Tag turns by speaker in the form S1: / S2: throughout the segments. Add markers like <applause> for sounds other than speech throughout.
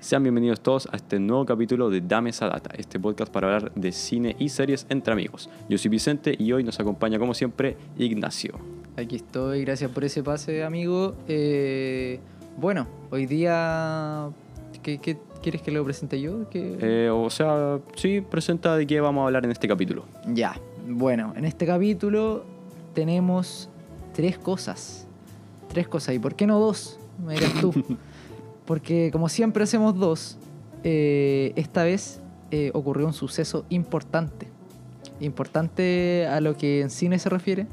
S1: Sean bienvenidos todos a este nuevo capítulo de Dame esa data, este podcast para hablar de cine y series entre amigos. Yo soy Vicente y hoy nos acompaña como siempre Ignacio.
S2: Aquí estoy, gracias por ese pase, amigo. Eh, bueno, hoy día. ¿qué, qué quieres que lo presente yo? ¿Qué-
S1: Eh, o sea, sí, presenta de qué vamos a hablar en este capítulo.
S2: Ya, bueno, en este capítulo tenemos tres cosas. Tres cosas, ¿y por qué no dos? Me dirás tú. Porque como siempre hacemos dos, eh, esta vez eh, ocurrió un suceso importante. Importante a lo que en cine se refiere.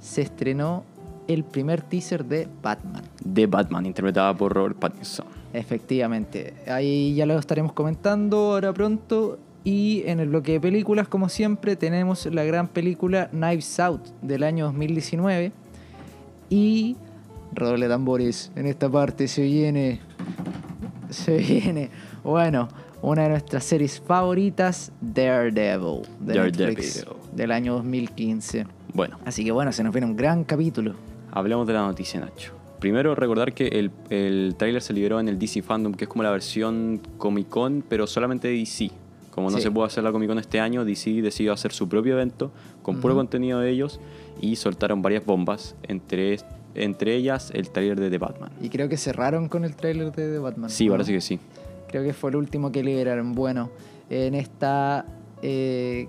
S2: Se estrenó el primer teaser de Batman.
S1: De Batman, interpretada por Robert Pattinson.
S2: Efectivamente, ahí ya lo estaremos comentando ahora pronto. Y en el bloque de películas, como siempre, tenemos la gran película Knives Out del año 2019. Y. Roble tambores, en esta parte se viene. Se viene. Bueno, una de nuestras series favoritas, Daredevil, de
S1: Daredevil.
S2: Netflix, del año 2015.
S1: Bueno,
S2: Así que bueno, se nos viene un gran capítulo.
S1: hablemos de la noticia, Nacho. Primero, recordar que el, el tráiler se liberó en el DC Fandom, que es como la versión Comic Con, pero solamente de DC. Como no
S2: Sí.
S1: se pudo hacer la Comic Con este año, DC decidió hacer su propio evento con puro
S2: Ujú.
S1: contenido de ellos y soltaron varias bombas, entre, entre ellas el tráiler de The Batman.
S2: Y creo que cerraron con el tráiler de The Batman.
S1: Sí,
S2: ¿no?
S1: parece que sí.
S2: Creo que fue el último que liberaron. Bueno, en esta eh,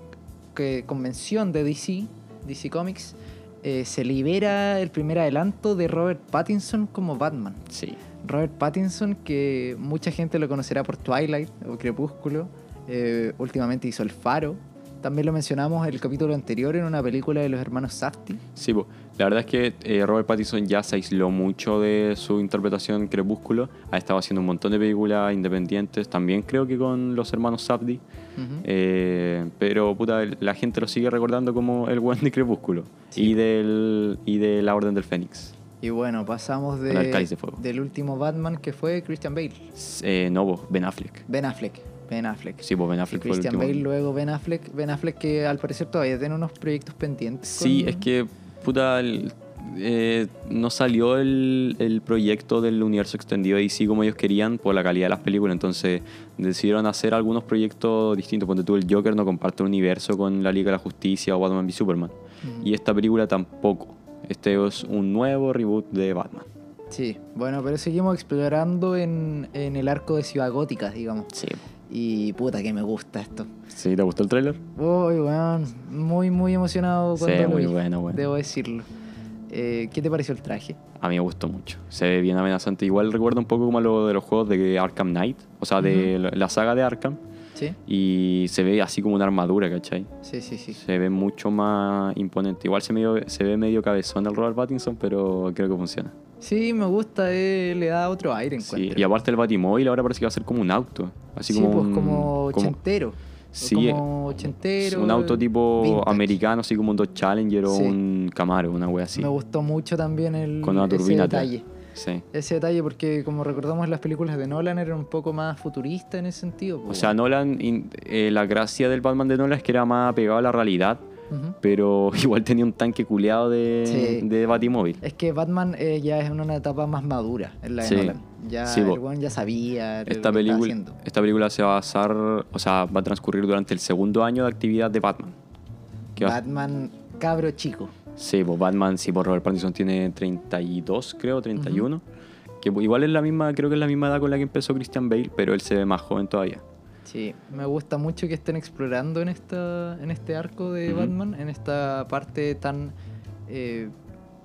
S2: que- convención de DC, DC Comics, eh, se libera el primer adelanto de Robert Pattinson como Batman.
S1: Sí.
S2: Robert Pattinson, que mucha gente lo conocerá por Twilight o Crepúsculo, eh, últimamente hizo El Faro. También lo mencionamos en el capítulo anterior en una película de los hermanos Safdie.
S1: Sí, po. la verdad es que eh, Robert Pattinson ya se aisló mucho de su interpretación en Crepúsculo. Ha estado haciendo un montón de películas independientes, también creo que con los hermanos Safdie.
S2: Ujú.
S1: Eh, pero puta, el- la gente lo sigue recordando como el buen de Crepúsculo
S2: Sí.
S1: y, del, y de la Orden del Fénix.
S2: Y bueno, pasamos de-
S1: Al Cáliz de Fuego.
S2: del último Batman que fue Christian Bale.
S1: S- Eh, no, po, Ben Affleck.
S2: Ben Affleck. Ben Affleck.
S1: Sí, po, Ben Affleck fue el
S2: Christian
S1: último.
S2: Bale, luego Ben Affleck. Ben Affleck que al parecer todavía tiene unos proyectos pendientes.
S1: Sí,
S2: con-
S1: es que puta, el- eh, no salió el, el proyecto del universo extendido de DC como ellos querían por la calidad de las películas, entonces decidieron hacer algunos proyectos distintos. Ponte tú, el Joker no comparte el universo con la Liga de la Justicia o Batman v Superman.
S2: Ujú.
S1: Y esta película tampoco. Este es un nuevo reboot de Batman.
S2: Sí, bueno, pero seguimos explorando en, en el arco de Ciudad Gótica, digamos.
S1: Sí.
S2: Y puta que me gusta esto.
S1: ¿Sí? ¿Te gustó el tráiler?
S2: Uy, weón, muy, muy emocionado
S1: Sí,
S2: cuando lo
S1: muy
S2: vi,
S1: bueno, weón.
S2: Debo decirlo. Eh, ¿Qué te pareció el traje?
S1: A mí me gustó mucho. Se ve bien amenazante. Igual recuerda un poco como a lo de los juegos de Arkham Knight, o sea, de la- la saga de Arkham.
S2: Sí,
S1: Y se ve así como una armadura, ¿cachai?
S2: sí, sí, sí.
S1: Se ve mucho más imponente. Igual se, medio- se ve medio cabezón el Robert Pattinson, pero creo que funciona.
S2: Sí, me gusta, eh, le da otro aire,
S1: Sí,
S2: encuentro.
S1: Y aparte el Batimóvil ahora parece que va a ser como un auto. Así
S2: Sí,
S1: como,
S2: pues
S1: un,
S2: como ochentero.
S1: Sí, eh,
S2: como ochentero.
S1: un auto tipo
S2: vintage.
S1: americano, así como un Dodge Challenger o
S2: Sí.
S1: un Camaro, una wea así.
S2: Me gustó mucho también el,
S1: Con una turbina
S2: ese
S1: atrás.
S2: detalle.
S1: Sí.
S2: Ese detalle porque como recordamos las películas de Nolan eran un poco más futurista en ese sentido.
S1: O sea, Nolan, in- eh, la gracia del Batman de Nolan es que era más apegado a la realidad, pero <laughs> igual tenía un tanque culeado de,
S2: Sí.
S1: de Batimóvil.
S2: Es que Batman eh, ya es en una etapa más madura en la de
S1: Sí.
S2: Nolan. Ya
S1: Sí,
S2: el
S1: po.
S2: weón ya sabía lo
S1: Esta
S2: que estaba
S1: película,
S2: haciendo.
S1: esta película se va a basar, o sea, va a transcurrir durante el segundo año de actividad de Batman. Que va-
S2: Batman cabro chico.
S1: sí, pues Batman, sí, pues Robert Pattinson tiene 32, creo, 31. Que igual es la misma, creo que es la misma edad con la que empezó Christian Bale, pero él se ve más joven todavía.
S2: Sí, me gusta mucho que estén explorando en esta en este arco de
S1: Ujú.
S2: Batman, en esta parte tan eh,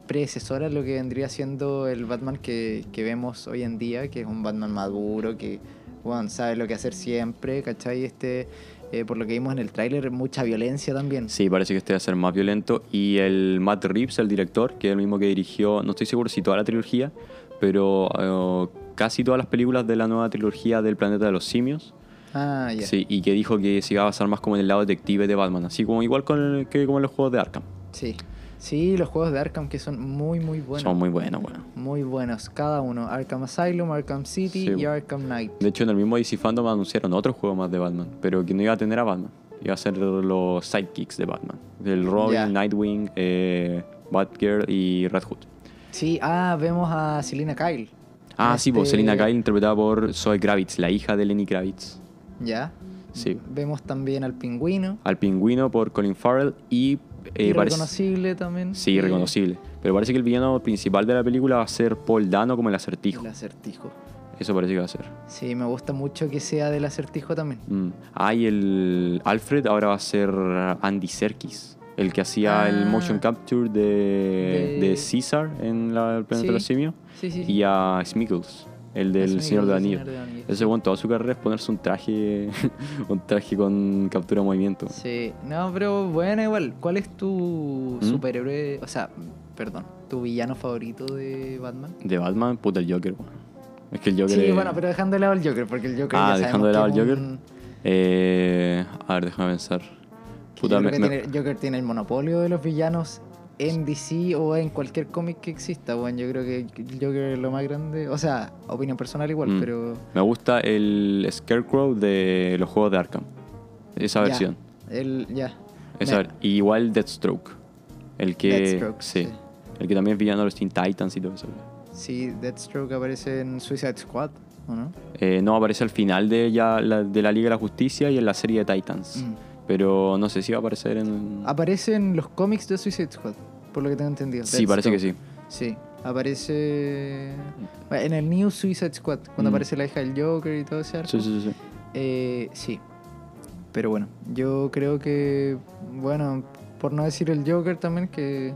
S2: predecesora a lo que vendría siendo el Batman que, que vemos hoy en día, que es un Batman maduro, que bueno, sabe lo que hacer siempre, ¿cachai? Este, eh, por lo que vimos en el tráiler, mucha violencia también.
S1: Sí, parece que este va a ser más violento. Y el Matt Reeves, el director, que es el mismo que dirigió, no estoy seguro si toda la trilogía, pero eh, casi todas las películas de la nueva trilogía del Planeta de los Simios.
S2: Ah, ya.
S1: Sí, y que dijo que se iba a basar más como en el lado detective de Batman, así como igual con el- que como en los juegos de Arkham.
S2: Sí. Sí, los juegos de Arkham que son muy, muy buenos.
S1: Son muy buenos, bueno.
S2: Muy buenos, cada uno. Arkham Asylum, Arkham City
S1: Sí,
S2: y
S1: bueno.
S2: Arkham Knight.
S1: De hecho, en el mismo DC Fandom anunciaron otro juego más de Batman, pero que no iba a tener a Batman. Iba a ser los sidekicks de Batman. El Robin,
S2: Ya.
S1: Nightwing, eh, Batgirl y Red Hood.
S2: Sí, ah, vemos a Selina Kyle.
S1: Ah, sí, pues
S2: Este,
S1: Selina Kyle interpretada por Zoe Kravitz, la hija de Lenny Kravitz.
S2: Ya.
S1: Sí.
S2: Vemos también al pingüino.
S1: Al pingüino por Colin Farrell y... eh, parece-
S2: reconocible también.
S1: Sí,
S2: Eh,
S1: reconocible. Pero parece que el villano principal de la película va a ser Paul Dano como el acertijo.
S2: El acertijo.
S1: Eso parece que va a ser.
S2: Sí, me gusta mucho que sea del acertijo también.
S1: Mm. Ah, y el Alfred ahora va a ser Andy Serkis, el que hacía
S2: Ah.
S1: el motion capture de,
S2: De-
S1: de Caesar en la, el planeta de los
S2: Sí.
S1: simios.
S2: Sí, sí. sí.
S1: Y a Smiggles, el del
S2: Smeagol
S1: Señor de
S2: del
S1: Anillo.
S2: Señor de los Anillos.
S1: Ese bueno, toda su carrera es ponerse un traje, <laughs> un traje con captura de movimiento.
S2: Sí, no, pero bueno, igual. ¿Cuál es tu
S1: ¿Mm?
S2: superhéroe? O sea, perdón, tu villano favorito de Batman?
S1: De Batman, puta el Joker, bueno. Es que el Joker.
S2: Sí,
S1: es-
S2: bueno, pero dejando de lado el Joker, porque el Joker.
S1: Ah,
S2: ya
S1: dejando
S2: sabemos
S1: de lado
S2: que
S1: al
S2: es
S1: Joker.
S2: un-
S1: Eh, a ver, déjame pensar.
S2: que
S1: Puta,
S2: yo creo
S1: me-
S2: que
S1: me-
S2: tiene- Joker tiene el monopolio de los villanos en DC o en cualquier cómic que exista. Bueno, yo creo que el Joker es lo más grande. O sea, opinión personal igual,
S1: Mm.
S2: pero.
S1: me gusta el Scarecrow de los juegos de Arkham. Esa
S2: ya,
S1: versión.
S2: el- ya.
S1: Es
S2: Me-
S1: a ver, y igual Deathstroke. El que.
S2: Deathstroke,
S1: sí,
S2: sí.
S1: El que también es villano de los Teen Titans y todo eso.
S2: Sí, Deathstroke aparece en Suicide Squad, ¿o no?
S1: Eh, no, aparece al final de, ya la, de la Liga de la Justicia y en la serie de Titans.
S2: Mm. Ah,
S1: Pero no sé si va a aparecer en.
S2: Aparece en los cómics de Suicide Squad, por lo que tengo entendido.
S1: sí, parece que sí.
S2: Sí, aparece. bueno, En el New Suicide Squad, cuando
S1: Mm.
S2: aparece la hija del Joker y todo ese arco.
S1: Sí, sí, sí. sí.
S2: Eh, sí. Pero bueno, yo creo que, bueno, por no decir el Joker también, que,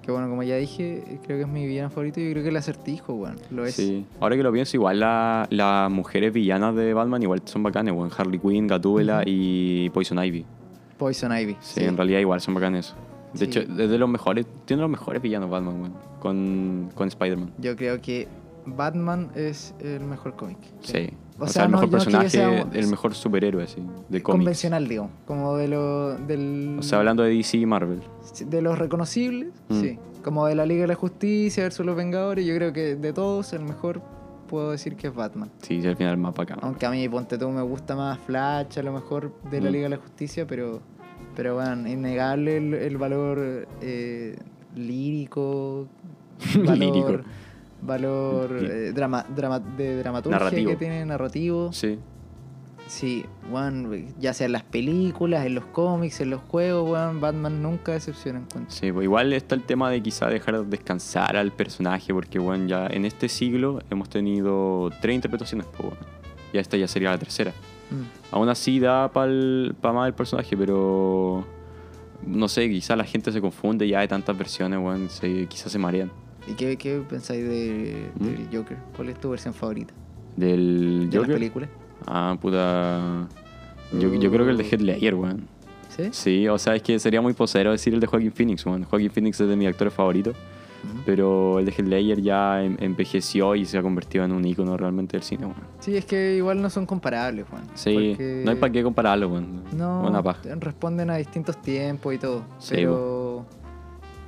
S2: que bueno, como ya dije, creo que es mi villano favorito y yo creo que el acertijo, bueno, lo es.
S1: Sí. Ahora que lo pienso, igual la- las mujeres villanas de Batman igual son bacanes. weón. Harley Quinn, Gatúbela y Poison Ivy.
S2: Poison Ivy.
S1: Sí, en realidad igual son bacanes. De
S2: Sí.
S1: hecho, es de los mejores, tiene los mejores villanos Batman, weón, Con, con Spider-Man.
S2: Yo creo que Batman es el mejor cómic. Eh,
S1: Sí.
S2: O
S1: O,
S2: sea,
S1: sea, el
S2: no-
S1: mejor
S2: no es que yo
S1: personaje,
S2: sea un-
S1: el mejor superhéroe, sí, de cómics.
S2: Convencional, digo, como de lo, del,
S1: O sea, hablando de DC y Marvel.
S2: de los reconocibles,
S1: Mm.
S2: sí. Como de la Liga de la Justicia versus los Vengadores, yo creo que de todos el mejor puedo decir que es Batman.
S1: Sí, sí, al final más bacán. <laughs>
S2: Aunque a mí, ponte tú, me gusta más Flash, a lo mejor, de la
S1: Mm.
S2: Liga de la Justicia, pero, pero bueno, innegable el, el valor eh, lírico, valor,
S1: <laughs> Lírico.
S2: valor
S1: Li-
S2: eh, drama, drama- de dramaturgia
S1: Narrativo.
S2: que tiene, narrativo.
S1: Sí.
S2: Sí, bueno, ya sea en las películas, en los cómics, en los juegos, bueno, Batman nunca decepciona en cuanto.
S1: Sí, pues igual está el tema de quizá dejar descansar al personaje, porque bueno, ya en este siglo hemos tenido tres interpretaciones, pues bueno. Ya esta ya sería la tercera.
S2: Mm.
S1: Aún así da para más el personaje, pero no sé, quizá la gente se confunde ya de tantas versiones, bueno, se, quizá se marean.
S2: ¿Y qué, qué pensáis de,
S1: Mm.
S2: del Joker? ¿Cuál es tu versión favorita
S1: Del
S2: de las
S1: Joker.
S2: películas?
S1: Ah, puta. Yo, yo creo que el de Heath Ledger, weón.
S2: ¿Sí?
S1: Sí, o sea, es que sería muy posero decir el de Joaquin Phoenix, weón. Joaquin Phoenix es de mis actores favoritos.
S2: Ujú.
S1: Pero el de Heath Ledger ya em- envejeció y se ha convertido en un icono realmente del cine, weón.
S2: Sí, es que igual no son comparables, Juan.
S1: Sí,
S2: porque
S1: no hay para qué compararlo, weón.
S2: No,
S1: Una paja.
S2: responden a distintos tiempos y todo.
S1: Sí,
S2: pero.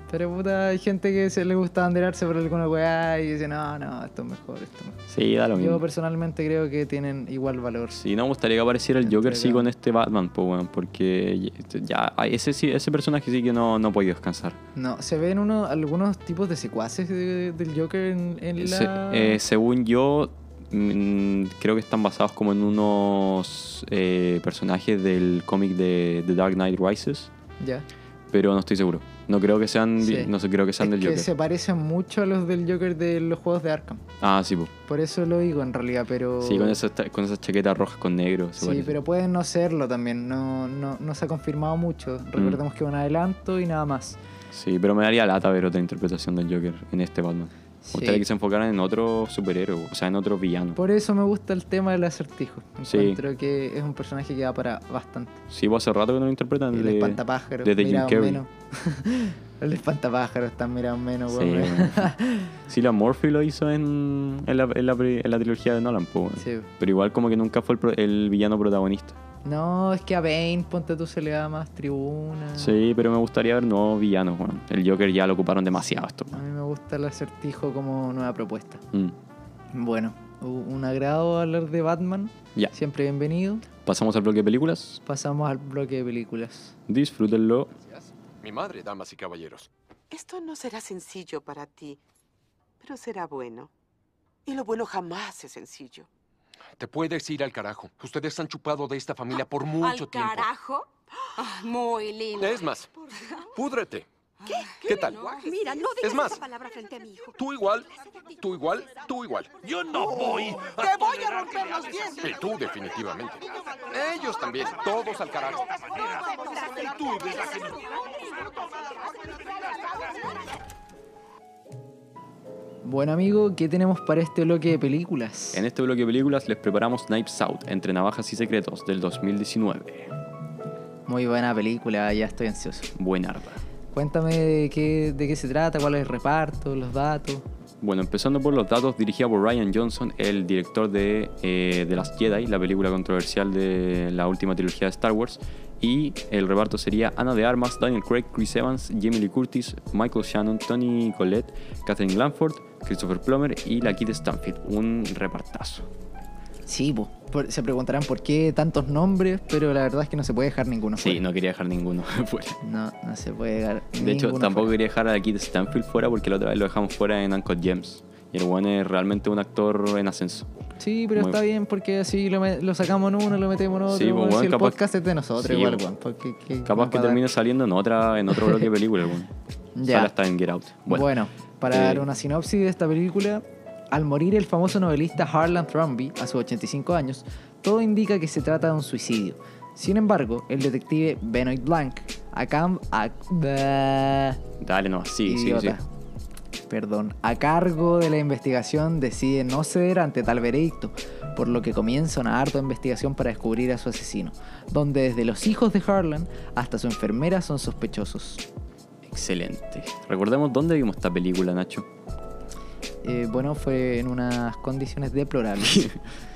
S2: Pero puta, hay gente que se le gusta banderarse por alguna weá y dice, no, no, esto es mejor, esto es mejor.
S1: Sí, da lo
S2: Yo
S1: mismo.
S2: personalmente creo que tienen igual valor.
S1: Sí, no me gustaría que apareciera el
S2: Entre
S1: Joker sí
S2: acá.
S1: con este Batman, pues, weón. Porque ya, ya- ese, sí- ese personaje sí que no, no ha podido descansar.
S2: No, se ven uno, algunos tipos de secuaces de- del Joker en, en
S1: Se-
S2: la.
S1: eh, según yo, mm, creo que están basados como en unos eh, personajes del cómic de The Dark Knight Rises,
S2: ya.
S1: pero no estoy seguro. No creo que sean,
S2: Sí.
S1: no sé, creo que sean
S2: Es
S1: del
S2: que
S1: Joker.
S2: se parecen mucho a los del Joker de los juegos de Arkham.
S1: Ah, sí, po.
S2: Por eso lo digo en realidad, pero.
S1: sí, con esas, ta- con esas chaquetas rojas con negro. se
S2: Sí,
S1: parece.
S2: pero pueden no serlo también, no, no, no se ha confirmado mucho.
S1: Mm.
S2: Recordemos que es un adelanto y nada más.
S1: Sí, pero me daría lata ver otra interpretación del Joker en este Batman. Me
S2: Sí.
S1: gustaría que se enfocaran en otro superhéroe, o sea, en otro villano.
S2: Por eso me gusta el tema del acertijo.
S1: Sí.
S2: Encuentro que es un personaje que da para bastante.
S1: Sí, vos hace rato que no lo interpretan.
S2: El
S1: de-
S2: espantapájaros,
S1: desde Jim
S2: mirado
S1: Carrey.
S2: menos. <laughs> El espantapájaros está mirado menos,
S1: Sí,
S2: weón.
S1: bueno.
S2: <laughs>
S1: Sí, la Murphy lo hizo en, en, la, en, la, pri- en la trilogía de Nolan, po, weón.
S2: Sí.
S1: Pero igual como que nunca fue el, pro- el villano protagonista.
S2: No, es que a Bane, ponte tú, se le da más tribuna.
S1: Sí, pero me gustaría ver nuevos villanos, weón. El Joker ya lo ocuparon demasiado esto.
S2: A
S1: weón.
S2: mí me gusta el acertijo como nueva propuesta.
S1: Mm.
S2: Bueno, u- un agrado hablar de Batman.
S1: Ya,
S2: Siempre bienvenido.
S1: pasamos al bloque de películas.
S2: Pasamos al bloque de películas.
S1: Disfrútenlo.
S3: Mi madre, damas y caballeros.
S4: Esto no será sencillo para ti, pero será bueno. Y lo bueno jamás es sencillo.
S3: Te puedes ir al carajo. Ustedes han chupado de esta familia por mucho
S5: ¿Al
S3: tiempo.
S5: carajo? Ah, Muy lindo.
S3: Es más, púdrete. ¿Qué? tal?
S5: Mira, no
S3: Es más,
S5: palabra frente a mi hijo.
S3: tú igual, tú igual, tú igual. Yo no voy. Oh, Te voy a romper los dientes. Y tú definitivamente. Ellos también, todos al carajo.
S2: Bueno, amigo, ¿qué tenemos para este bloque de películas?
S1: En este bloque de películas les preparamos Knives Out, entre navajas y secretos, del 2019.
S2: Muy buena película, ya estoy ansioso.
S1: Buenarda.
S2: Cuéntame de qué, de qué se trata, cuál es el reparto, los datos.
S1: Bueno, empezando por los datos, dirigida por Ryan Johnson, el director de eh, The Last Jedi, la película controversial de la última trilogía de Star Wars. Y el reparto sería Ana de Armas, Daniel Craig, Chris Evans, Jamie Lee Curtis, Michael Shannon, Tony Collette, Catherine Glanford, Christopher Plummer y la Kid Stanfield. Un repartazo.
S2: Sí, po. Por- se preguntarán por qué tantos nombres, pero la verdad es que no se puede dejar ninguno
S1: Sí,
S2: fuera.
S1: no quería dejar ninguno <laughs> fuera.
S2: No, no se puede dejar
S1: De hecho,
S2: ninguno
S1: tampoco
S2: fuera.
S1: quería dejar a Kid Stanfield fuera porque la otra vez lo dejamos fuera en Uncle James. Y el weón es realmente un actor en ascenso.
S2: Sí, pero
S1: Muy
S2: está bien porque así lo, me- lo sacamos en uno, lo metemos en otro.
S1: Sí, pues,
S2: bueno,
S1: weón,
S2: si el
S1: capaz-
S2: podcast es de nosotros
S1: Sí,
S2: igual,
S1: pues.
S2: weón, porque- que-
S1: Capaz
S2: no
S1: que
S2: para-
S1: termine saliendo en otra en otro bloque de película. weón.
S2: <laughs> Ya.
S1: Sale hasta en Get Out.
S2: Bueno,
S1: Bueno,
S2: para
S1: eh,
S2: dar una sinopsis de esta película, al morir el famoso novelista Harlan Thrombey a sus 85 años, todo indica que se trata de un suicidio. Sin embargo, el detective Benoit Blanc acam- a- bah,
S1: dale, no, sí, sí, sí.
S2: idiota. Perdón, a cargo de la investigación decide no ceder ante tal veredicto, por lo que comienza una ardua investigación para descubrir a su asesino, donde desde los hijos de Harlan hasta su enfermera son sospechosos.
S1: Excelente. Recordemos dónde vimos esta película, Nacho.
S2: Eh, bueno, fue en unas
S1: <laughs>
S2: condiciones deplorables.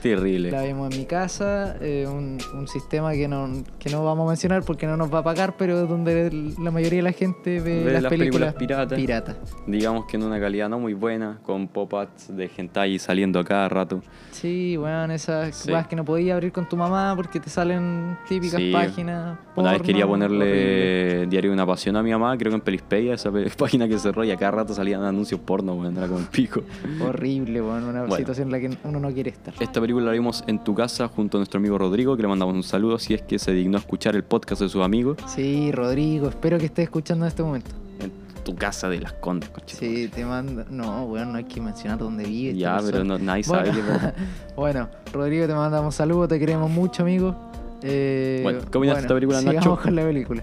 S1: Terrible.
S2: La vimos en mi casa, eh, un, un sistema que no, que no vamos a mencionar porque no nos va a pagar, pero es donde el- la mayoría de la gente ve,
S1: Ve
S2: las,
S1: las películas
S2: películas,
S1: piratas.
S2: pirata.
S1: Digamos que en una calidad no muy buena, con pop-ups de hentai saliendo a cada rato.
S2: Sí, bueno, esas
S1: Sí.
S2: weas que no podías abrir con tu mamá porque te salen típicas
S1: Sí.
S2: páginas.
S1: Una vez
S2: porno,
S1: quería
S2: horrible.
S1: ponerle Diario de una Pasión a mi mamá, creo que en Pelispedia, esa pe- <laughs> página que cerró y a cada rato salían anuncios porno, weón, era como el pico.
S2: Horrible, bueno, una
S1: Bueno.
S2: situación en la que uno no quiere estar.
S1: Esta película la vimos en tu casa junto a nuestro amigo Rodrigo, que le mandamos un saludo si es que se dignó a escuchar el podcast de sus amigos.
S2: Sí, Rodrigo, espero que estés escuchando en este momento.
S1: En tu casa de las condes, coche.
S2: Sí, te mando. No, bueno, no hay que mencionar dónde vive. este esta
S1: Ya, pero
S2: persona.
S1: no- nadie
S2: Bueno.
S1: sabe que es
S2: <laughs>
S1: verdad.
S2: Bueno, Rodrigo, te mandamos saludos, te queremos mucho, amigo. Eh,
S1: Bueno, ¿qué opinas de esta película,
S2: sigamos
S1: Nacho?
S2: con la película.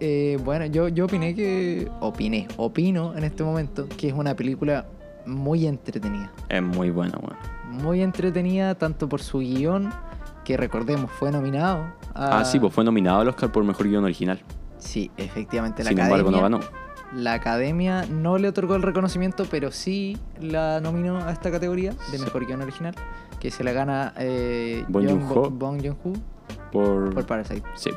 S2: Eh, bueno, yo, yo opiné que. Opiné, opino en este momento que es una película muy entretenida.
S1: Es muy buena, weón.
S2: Muy entretenida, tanto por su guión, que recordemos fue nominado. A...
S1: Ah, sí, pues fue nominado al Oscar por mejor guión original.
S2: Sí, efectivamente, la
S1: Sin
S2: academia.
S1: embargo, no ganó.
S2: La academia no le otorgó el reconocimiento, pero sí la nominó a esta categoría de
S1: Sí.
S2: mejor guión original, que se la gana eh,
S1: Bong
S2: John
S1: Joon-ho.
S2: Bo- Bong Joon-ho
S1: Por.
S2: por Parasite.
S1: Sí.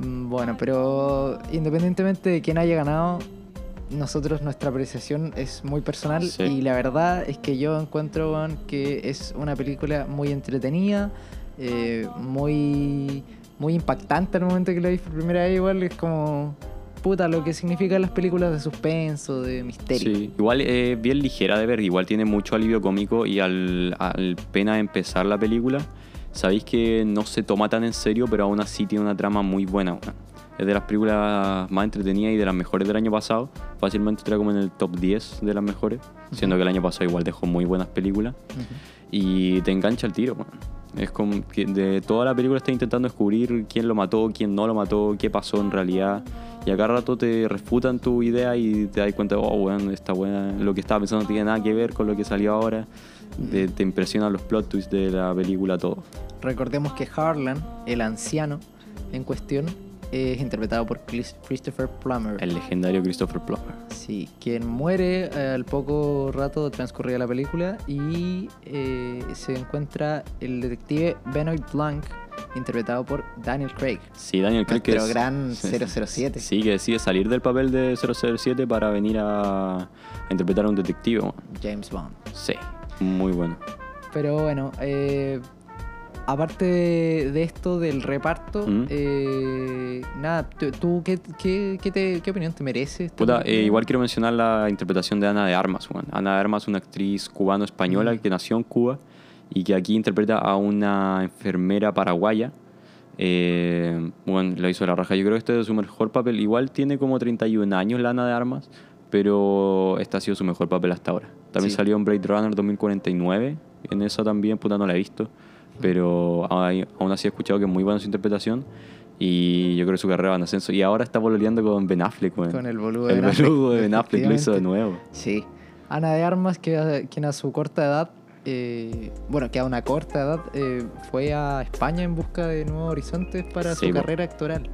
S2: Mm, Bueno, pero independientemente de quién haya ganado, nosotros nuestra apreciación es muy personal
S1: Sí.
S2: y la verdad es que yo encuentro weón, que es una película muy entretenida, eh, muy, muy impactante al momento que la vi por primera vez, igual es como puta lo que significan las películas de suspenso, de misterio.
S1: Sí, igual eh, bien ligera de ver, igual tiene mucho alivio cómico y al, al pena empezar la película, sabéis que no se toma tan en serio, pero aún así tiene una trama muy buena. weón. Es de las películas más entretenidas y de las mejores del año pasado. Fácilmente está como en el top 10 de las mejores, siendo que el año pasado igual dejó muy buenas películas. Y te engancha el tiro, weón. Es como que de toda la película estás intentando descubrir quién lo mató, quién no lo mató, qué pasó en realidad. Y a cada rato te refutan tu idea y te das cuenta, oh, weón, esta buena, lo que estaba pensando no tiene nada que ver con lo que salió ahora. Te, te impresionan los plot twists de la película, todo.
S2: Recordemos que Harlan, el anciano en cuestión, es interpretado por Chris- Christopher Plummer.
S1: El legendario Christopher Plummer.
S2: Sí, quien muere eh, al poco rato transcurrida la película y eh, se encuentra el detective Benoit Blanc, interpretado por Daniel Craig.
S1: Sí, Daniel Craig que
S2: Nuestro
S1: es- <laughs>
S2: gran
S1: sí, sí.
S2: 007.
S1: Sí, que decide salir del papel de 007 para venir a, a interpretar a un detective. weón.
S2: James Bond.
S1: Sí, muy bueno.
S2: Pero bueno, eh, aparte de, de esto del reparto,
S1: Mm.
S2: eh, nada, ¿tú, tú qué, qué- qué te- qué opinión te merece? este esta
S1: Puta,
S2: película?
S1: eh, igual quiero mencionar la interpretación de Ana de Armas. weón. Ana de Armas es una actriz cubano-española que nació en Cuba y que aquí interpreta a una enfermera paraguaya. Eh, bueno, la hizo la raja. Yo creo que este es su mejor papel. Igual tiene como 31 años la Ana de Armas, pero este ha sido su mejor papel hasta ahora. También
S2: Sí.
S1: salió en Blade Runner 2049. En esa también, puta, no la he visto. Pero hay- aún así he escuchado que es muy buena su interpretación. Y yo creo que su carrera va en ascenso. Y ahora está volviendo con Ben Affleck, weón.
S2: Con el boludo de
S1: El
S2: Ben Affleck,
S1: verdugo de Ben Affleck lo hizo de
S2: efectivamente.
S1: nuevo.
S2: Sí. Ana de Armas, que, a- quien a su corta edad, eh, bueno, que a una corta edad eh, fue a España en busca de nuevos horizontes para
S1: Sí,
S2: su
S1: po.
S2: carrera actoral.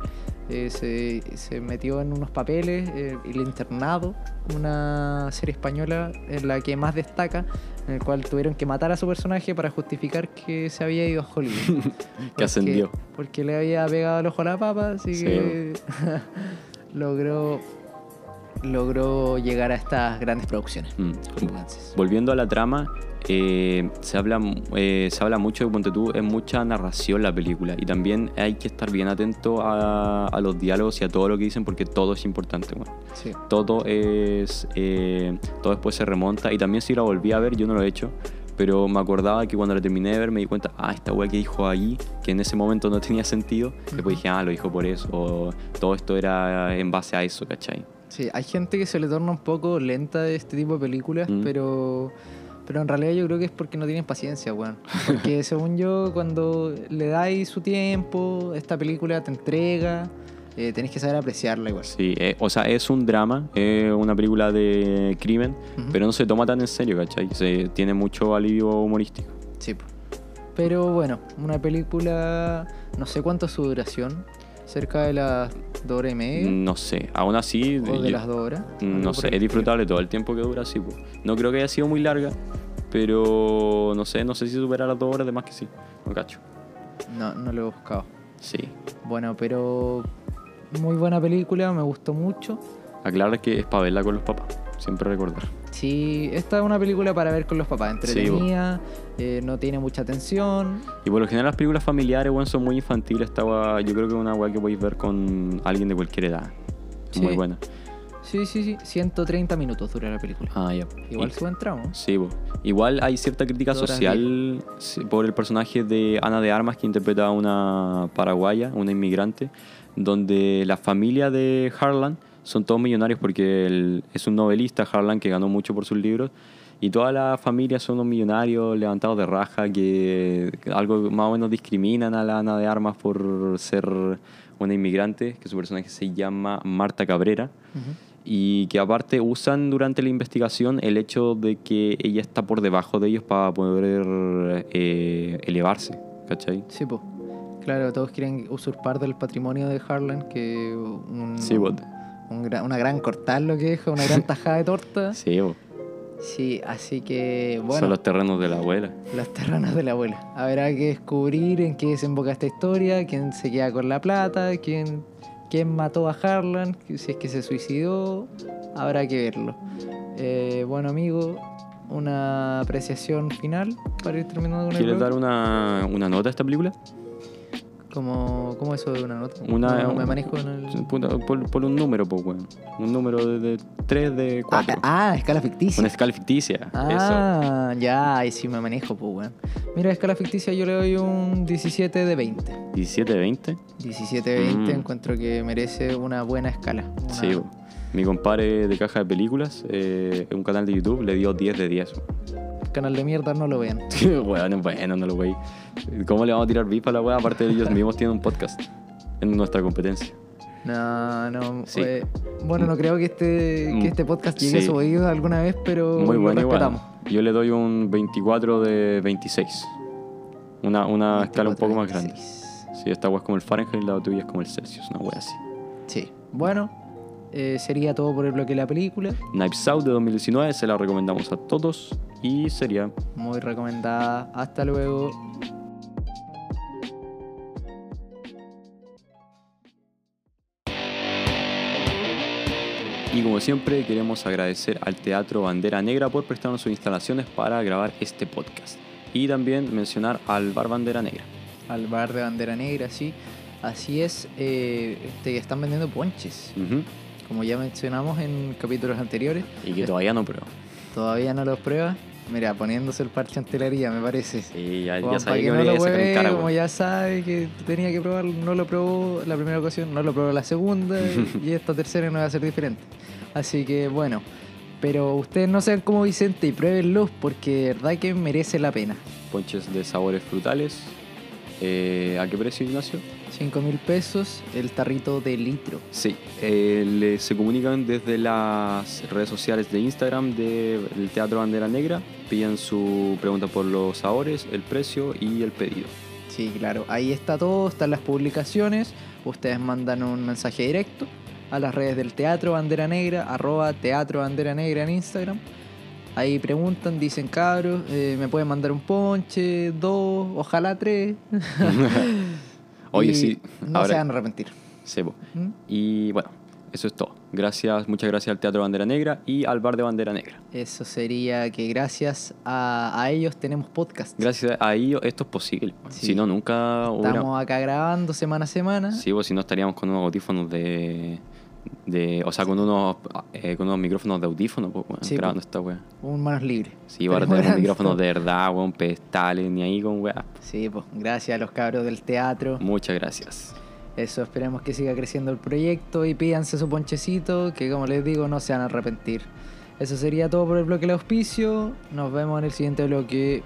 S2: Eh, se, se metió en unos papeles, eh, El Internado, una serie española en la que más destaca, en el cual tuvieron que matar a su personaje para justificar que se había ido a Hollywood.
S1: <laughs>
S2: Porque-
S1: ascendió.
S2: Porque le había pegado el ojo a la papa, así
S1: Sí,
S2: que <laughs> logró, logró llegar a estas grandes producciones.
S1: Mm.
S2: Entonces,
S1: Volviendo a la trama, eh, se, habla, eh, se habla mucho de Ponte tú, es mucha narración la película. Y también hay que estar bien atento a, a los diálogos y a todo lo que dicen porque todo es importante, weón.
S2: sí.
S1: todo es eh, todo después se remonta y también si la volví a ver yo no lo he hecho pero me acordaba que cuando la terminé de ver me di cuenta ah esta wea que dijo ahí que en ese momento no tenía sentido después dije ah lo dijo por eso o todo esto era en base a eso ¿cachai?
S2: Sí, hay gente que se le torna un poco lenta de este tipo de películas,
S1: Mm.
S2: pero, pero en realidad yo creo que es porque no tienen paciencia, weón. Porque según yo, cuando le dais su tiempo, esta película te entrega, eh, tenés que saber apreciarla igual.
S1: sí eh, o sea es un drama eh, una película de crimen
S2: Ujú.
S1: pero no se toma tan en serio ¿cachai? se tiene mucho alivio humorístico
S2: Sí. po. Pero bueno, una película, no sé cuánto es su duración, cerca de las dos horas y media
S1: no sé aún así
S2: ¿Eh? o de
S1: Mm, yo- mm,
S2: las dos horas. algo
S1: No
S2: por
S1: sé, es
S2: el estilo.
S1: disfrutable todo el tiempo que dura, sí. po. No creo que haya sido muy larga, pero no sé, no sé si supera las dos horas, de más que sí. No cacho.
S2: No, no lo he buscado.
S1: Sí.
S2: Bueno, pero muy buena película, me gustó mucho.
S1: Aclarar que es para verla con los papás, siempre recordar.
S2: Sí, esta es una película para ver con los papás,
S1: Sí, po.
S2: entretenida, eh, no tiene mucha tensión.
S1: Y por lo general las películas familiares, bueno, son muy infantiles. Esta weá- yo creo que es una weá que podéis ver con alguien de cualquier edad.
S2: Sí.
S1: Muy buena.
S2: Sí, sí, sí, 130 minutos dura la película.
S1: Ah, ya.
S2: Igual
S1: Y-
S2: su tramo.
S1: Sí, po. igual hay cierta crítica
S2: Todas
S1: social sí, por el personaje de Ana de Armas que interpreta a una paraguaya, una inmigrante, donde la familia de Harlan son todos millonarios porque él es un novelista, Harlan, que ganó mucho por sus libros. Y toda la familia son unos millonarios levantados de raja que algo más o menos discriminan a la Ana de Armas por ser una inmigrante, que su personaje se llama Marta Cabrera y que aparte usan durante la investigación el hecho de que ella está por debajo de ellos para poder eh, elevarse, ¿cachai?
S2: Sí, pues. Claro, todos quieren usurpar del patrimonio de Harlan, que un,
S1: Sí, po.
S2: un gra- una gran cortar lo que deja, una
S1: <laughs>
S2: gran tajada de torta.
S1: Sí, po.
S2: Sí, así que ¿Ah? bueno,
S1: son los terrenos de la abuela.
S2: las terranas de la abuela. Habrá que descubrir en qué desemboca esta historia, quién se queda con la plata, quién, quién mató a Harlan, si es que se suicidó, habrá que verlo. Eh, bueno amigo, una apreciación final para ir terminando con el
S1: ¿Quieres dar
S2: blog.
S1: una, una nota a esta película?
S2: ¿Cómo, cómo eso de una nota?
S1: Una-
S2: No, no me manejo en el...
S1: Puta, Por, por un número, pues, weón. Un número de, de 3, de 4.
S2: Ah, ah, escala ficticia.
S1: Una escala ficticia.
S2: Ah, ya, ahí sí me manejo, pues, weón. Mira, escala ficticia yo le doy un 17 de 20.
S1: Eso. 17, 20.
S2: 17 de 20
S1: Mm.
S2: encuentro que merece una buena escala. una-
S1: Sí, po. Mi compadre de caja de películas, eh, en un canal de YouTube, le dio 10 de 10.
S2: Canal de mierda, no lo vean.
S1: <laughs> Weón, es bueno, no lo wey. ¿Cómo le vamos a tirar beef a la weá? Aparte de <laughs> ellos mismos tienen un podcast en nuestra competencia.
S2: No, no.
S1: Sí. Mm,
S2: eh, bueno, no creo que este, que este podcast llegue
S1: Sí.
S2: a su oído alguna vez, pero
S1: Muy
S2: lo
S1: bueno igual.
S2: respetamos.
S1: Yo le doy
S2: Este
S1: un 24 de 26. Una, una escala un poco más grande.
S2: 24,
S1: Si esta agua es como el Fahrenheit, la tuya es como el Celsius, una wea así.
S2: Sí. Bueno, eh, sería todo por el bloque de la película.
S1: Knives Out de 2019 se la recomendamos a todos y sería
S2: Muy recomendada. Hasta luego.
S1: Y como siempre, queremos agradecer al Teatro Bandera Negra por prestarnos sus instalaciones para grabar este podcast. Y también mencionar al Bar Bandera Negra.
S2: Al bar de bandera negra, sí. Así es, eh, te están vendiendo ponches.
S1: Ujú.
S2: Como ya mencionamos en capítulos anteriores,
S1: Y que todavía no pruebo.
S2: todavía no los pruebas. Mira, poniéndose el parche ante la herida, me parece.
S1: Sí, ya,
S2: Juan,
S1: ya
S2: para
S1: sabía que
S2: que
S1: me lo
S2: no lo
S1: iba a sacar en
S2: hueve,
S1: cara,
S2: como
S1: weón.
S2: ya sabe que tenía que probarlo, no lo probó la primera ocasión, no lo probó la segunda
S1: <laughs>
S2: y esta tercera no va a ser diferente. Así que bueno, pero ustedes no sean como Vicente y pruébenlos porque de verdad que merece la pena.
S1: Ponches de sabores frutales. Eh, ¿A qué precio, Ignacio?
S2: 5 mil pesos el tarrito de litro.
S1: Sí, eh, le- se comunican desde las redes sociales de Instagram del Teatro Bandera Negra. Piden su pregunta por los sabores, el precio y el pedido.
S2: <laughs>
S1: <laughs>
S2: Sí, claro, ahí está todo, están las publicaciones, ustedes mandan un mensaje directo a las redes del Teatro Bandera Negra, arroba Teatro Bandera Negra en Instagram. Ahí preguntan, dicen cabros, eh, me pueden mandar un ponche, dos, ojalá tres.
S1: <laughs> Oye,
S2: Y
S1: sí,
S2: No
S1: ahora-
S2: se van a arrepentir.
S1: Sebo.
S2: ¿Mm?
S1: Y bueno, eso es todo. Gracias, muchas gracias al Teatro Bandera Negra y al Bar de Bandera Negra.
S2: Eso sería que gracias a, a ellos tenemos podcast.
S1: Gracias a ello esto es posible.
S2: Sí.
S1: Si no, nunca hubiera...
S2: Estamos acá grabando semana a semana.
S1: Sí, pues si no estaríamos con unos audífonos de... de- o sea, con unos, eh, con unos micrófonos de audífonos, pues, weón,
S2: Sí,
S1: grabando
S2: pues.
S1: esta weá.
S2: Un manos libres.
S1: Sí, ahora
S2: Pero
S1: tenemos
S2: bueno,
S1: micrófonos de verdad, weón, pedestales, ni ahí con weá.
S2: Sí, pues gracias a los cabros del teatro.
S1: Muchas gracias.
S2: Eso, esperemos que siga creciendo el proyecto y pídanse su ponchecito, que como les digo, no se van a arrepentir. Eso sería todo por el bloque de auspicio. Nos vemos en el siguiente bloque.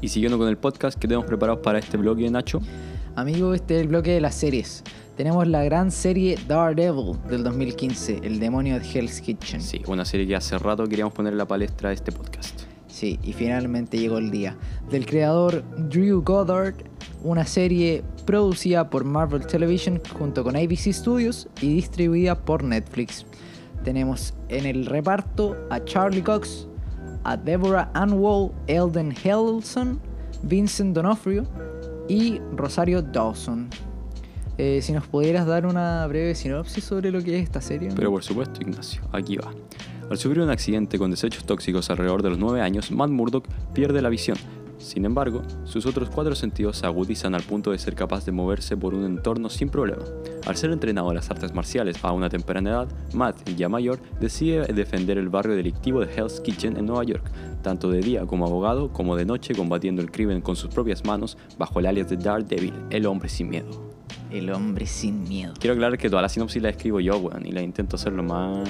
S1: Y siguiendo con el podcast que tenemos preparado para este bloque, Nacho.
S2: Amigo, este es el bloque de las series. Tenemos la gran serie Daredevil del 2015, El demonio de Hell's Kitchen.
S1: Sí, una serie que hace rato queríamos poner en la palestra de este podcast.
S2: Sí, y finalmente llegó el día. Del creador Drew Goddard, una serie producida por Marvel Television junto con ABC Studios y distribuida por Netflix. Tenemos en el reparto a Charlie Cox, a Deborah Ann Wall, Elden Helson, Vincent Donofrio y Rosario Dawson. Eh, si nos pudieras dar una breve sinopsis sobre lo que es esta serie.
S1: Pero por supuesto, Ignacio, aquí va. Al sufrir un accidente con desechos tóxicos alrededor de los 9 años, Matt Murdock pierde la visión. Sin embargo, sus otros cuatro sentidos se agudizan al punto de ser capaz de moverse por un entorno sin problema. Al ser entrenado a las artes marciales a una temprana edad, Matt, ya mayor, decide defender el barrio delictivo de Hell's Kitchen en Nueva York, tanto de día como abogado, como de noche combatiendo el crimen con sus propias manos bajo el alias de Daredevil, el hombre sin miedo.
S2: El hombre sin miedo.
S1: Quiero aclarar que toda la sinopsis la escribo yo, weón, y la intento hacer lo más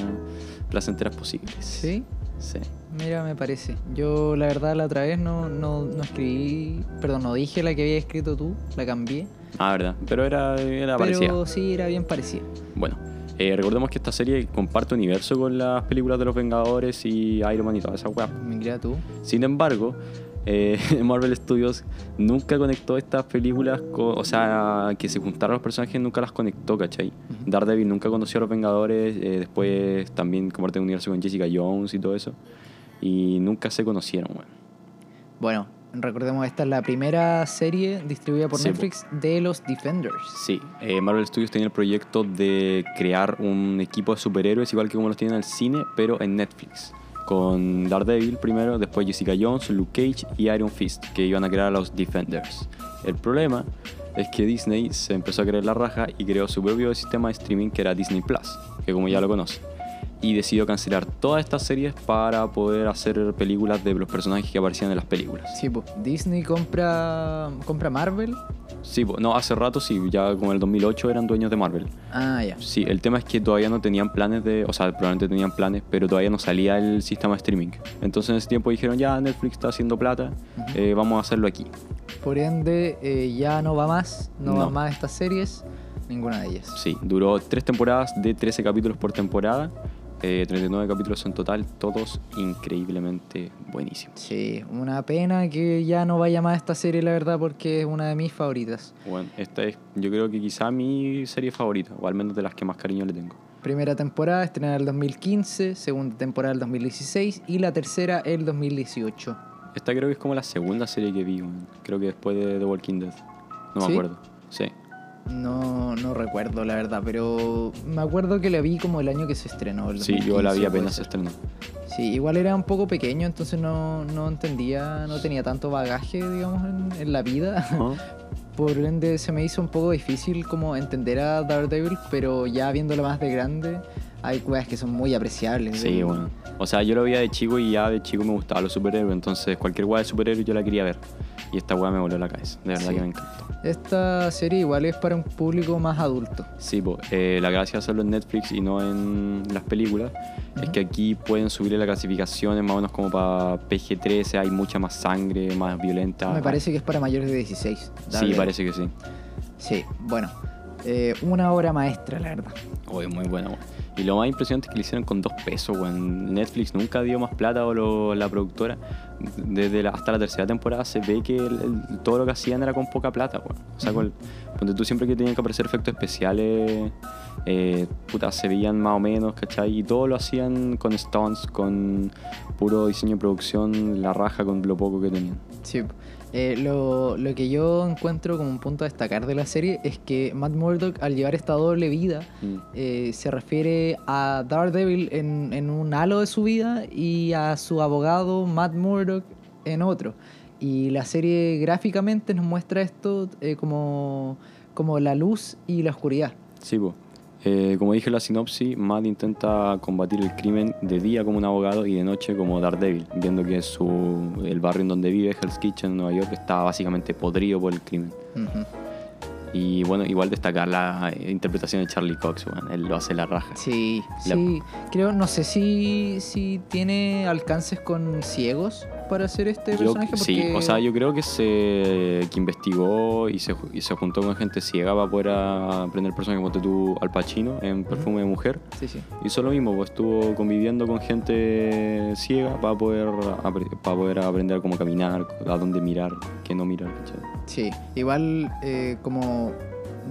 S1: placenteras posibles.
S2: ¿Sí?
S1: Sí.
S2: Mira, me parece. Yo la verdad la otra vez no, no, no escribí, perdón, no dije la que había escrito tú, la cambié.
S1: Ah, verdad. Pero era, era parecida.
S2: Pero sí, era bien parecida.
S1: Bueno, eh, recordemos que esta serie comparte universo con las películas de los Vengadores y Iron Man y toda esa weá.
S2: Mira tú.
S1: Sin embargo, eh, <laughs> Marvel Studios nunca conectó estas películas, co- o sea, que se juntaron los personajes, nunca las conectó, ¿cachai? Daredevil nunca conoció a los Vengadores, eh, después también comparte un universo con Jessica Jones y todo eso, y nunca se conocieron, weón.
S2: Bueno, recordemos, esta es la primera serie distribuida por
S1: Sí, po.
S2: Netflix de los Defenders.
S1: Sí, eh, Marvel Studios tenía el proyecto de crear un equipo de superhéroes igual que como los tienen al cine, pero en Netflix. Con Daredevil primero, después Jessica Jones, Luke Cage y Iron Fist, que iban a crear a los Defenders. El problema es que Disney se empezó a creer la raja y creó su propio sistema de streaming que era Disney Plus, que como ya lo conocen. y decidió cancelar todas estas series para poder hacer películas de los personajes que aparecían en las películas.
S2: Sí, po. Disney compra, compra Marvel.
S1: Sí, po, no, hace rato sí, ya como en el 2008 eran dueños de Marvel.
S2: Ah, ya.
S1: Sí, el tema es que todavía no tenían planes de, o sea, probablemente tenían planes, pero todavía no salía el sistema de streaming. Entonces en ese tiempo dijeron, ya Netflix está haciendo plata, eh, vamos a hacerlo aquí.
S2: Por ende, eh, ya no va más, no,
S1: No.
S2: van más estas series, ninguna de ellas.
S1: Sí, duró tres temporadas de 13 capítulos por temporada, eh, 39 capítulos en total, todos increíblemente buenísimos.
S2: Sí, una pena que ya no vaya más esta serie, la verdad, porque es una de mis favoritas.
S1: Bueno, esta es yo creo que quizá mi serie favorita, o al menos de las que más cariño le tengo.
S2: Primera temporada estrenada el 2015, segunda temporada el 2016 y la tercera el 2018.
S1: Esta creo que es como la segunda serie que vi, weón. creo que después de The Walking Dead. No me
S2: ¿Sí?
S1: acuerdo. Sí.
S2: No, no recuerdo, la verdad, pero me acuerdo que la vi como el año que se estrenó. El
S1: Sí, yo la vi
S2: 2015,
S1: apenas se
S2: puede ser.
S1: estrenó.
S2: Sí, igual era un poco pequeño, entonces no, no entendía, no tenía tanto bagaje, digamos, en, en la vida. <laughs>
S1: Ajá.
S2: Por ende, se me hizo un poco difícil como entender a Daredevil, pero ya viéndola más de grande, hay cosas que son muy apreciables.
S1: Sí,
S2: ¿no?
S1: bueno. O sea, yo lo veía de chico y ya de chico me gustaban los superhéroes, entonces cualquier weá de superhéroes yo la quería ver. Y esta weá me voló la cabeza, de verdad
S2: Sí.
S1: que me encantó.
S2: Esta serie igual es para un público más adulto.
S1: Sí, po, eh, la gracia de hacerlo en Netflix y no en las películas es
S2: Ujú.
S1: que aquí pueden subirle la clasificación es más o menos como para PG-13, hay mucha más sangre, más violenta.
S2: Me parece que es para mayores de 16.
S1: Sí,
S2: Daredevil.
S1: parece que sí.
S2: Sí, bueno. eh, una obra maestra, la verdad.
S1: Oye, muy buena, weón. Y lo más impresionante es que lo hicieron con dos pesos, weón. Netflix nunca dio más plata o lo- la productora. Desde la- hasta la tercera temporada se ve que el- el- todo lo que hacían era con poca plata, weón. O sea, con, ponte tú siempre que tenían que aparecer efectos especiales, eh, puta, se veían más o menos, ¿cachai? Y todo lo hacían con stunts, con puro diseño y producción, la raja con lo poco que tenían.
S2: Sí. Eh, lo, lo que yo encuentro como un punto a destacar de la serie es que Matt Murdock, al llevar esta doble vida,
S1: Mm.
S2: eh, se refiere a Daredevil en, en un halo de su vida y a su abogado Matt Murdock en otro. Y la serie gráficamente nos muestra esto eh, como, como la luz y la oscuridad.
S1: Sí, po. Eh, como dije en la sinopsis, Matt intenta combatir el crimen de día como un abogado y de noche como Daredevil, viendo que su, el barrio en donde vive, Hell's Kitchen, en Nueva York, está básicamente podrido por el crimen.
S2: Ujú.
S1: Y bueno, igual destacar la eh, interpretación de Charlie Cox, weón, él lo hace la raja.
S2: Sí,
S1: La-
S2: sí. Creo, no sé si, si tiene alcances con ciegos para hacer este
S1: Yo-
S2: personaje.
S1: sí,
S2: porque-
S1: o sea, yo creo que se que investigó y se, ju- y se juntó con gente ciega para poder ah, aprender personas como tú Al Pacino en Perfume de Mujer.
S2: Sí, sí.
S1: Hizo lo mismo, pues estuvo conviviendo con gente ciega para poder, apre- para poder aprender cómo caminar, a dónde mirar, qué no mirar. ¿cachai?
S2: Sí, igual eh, como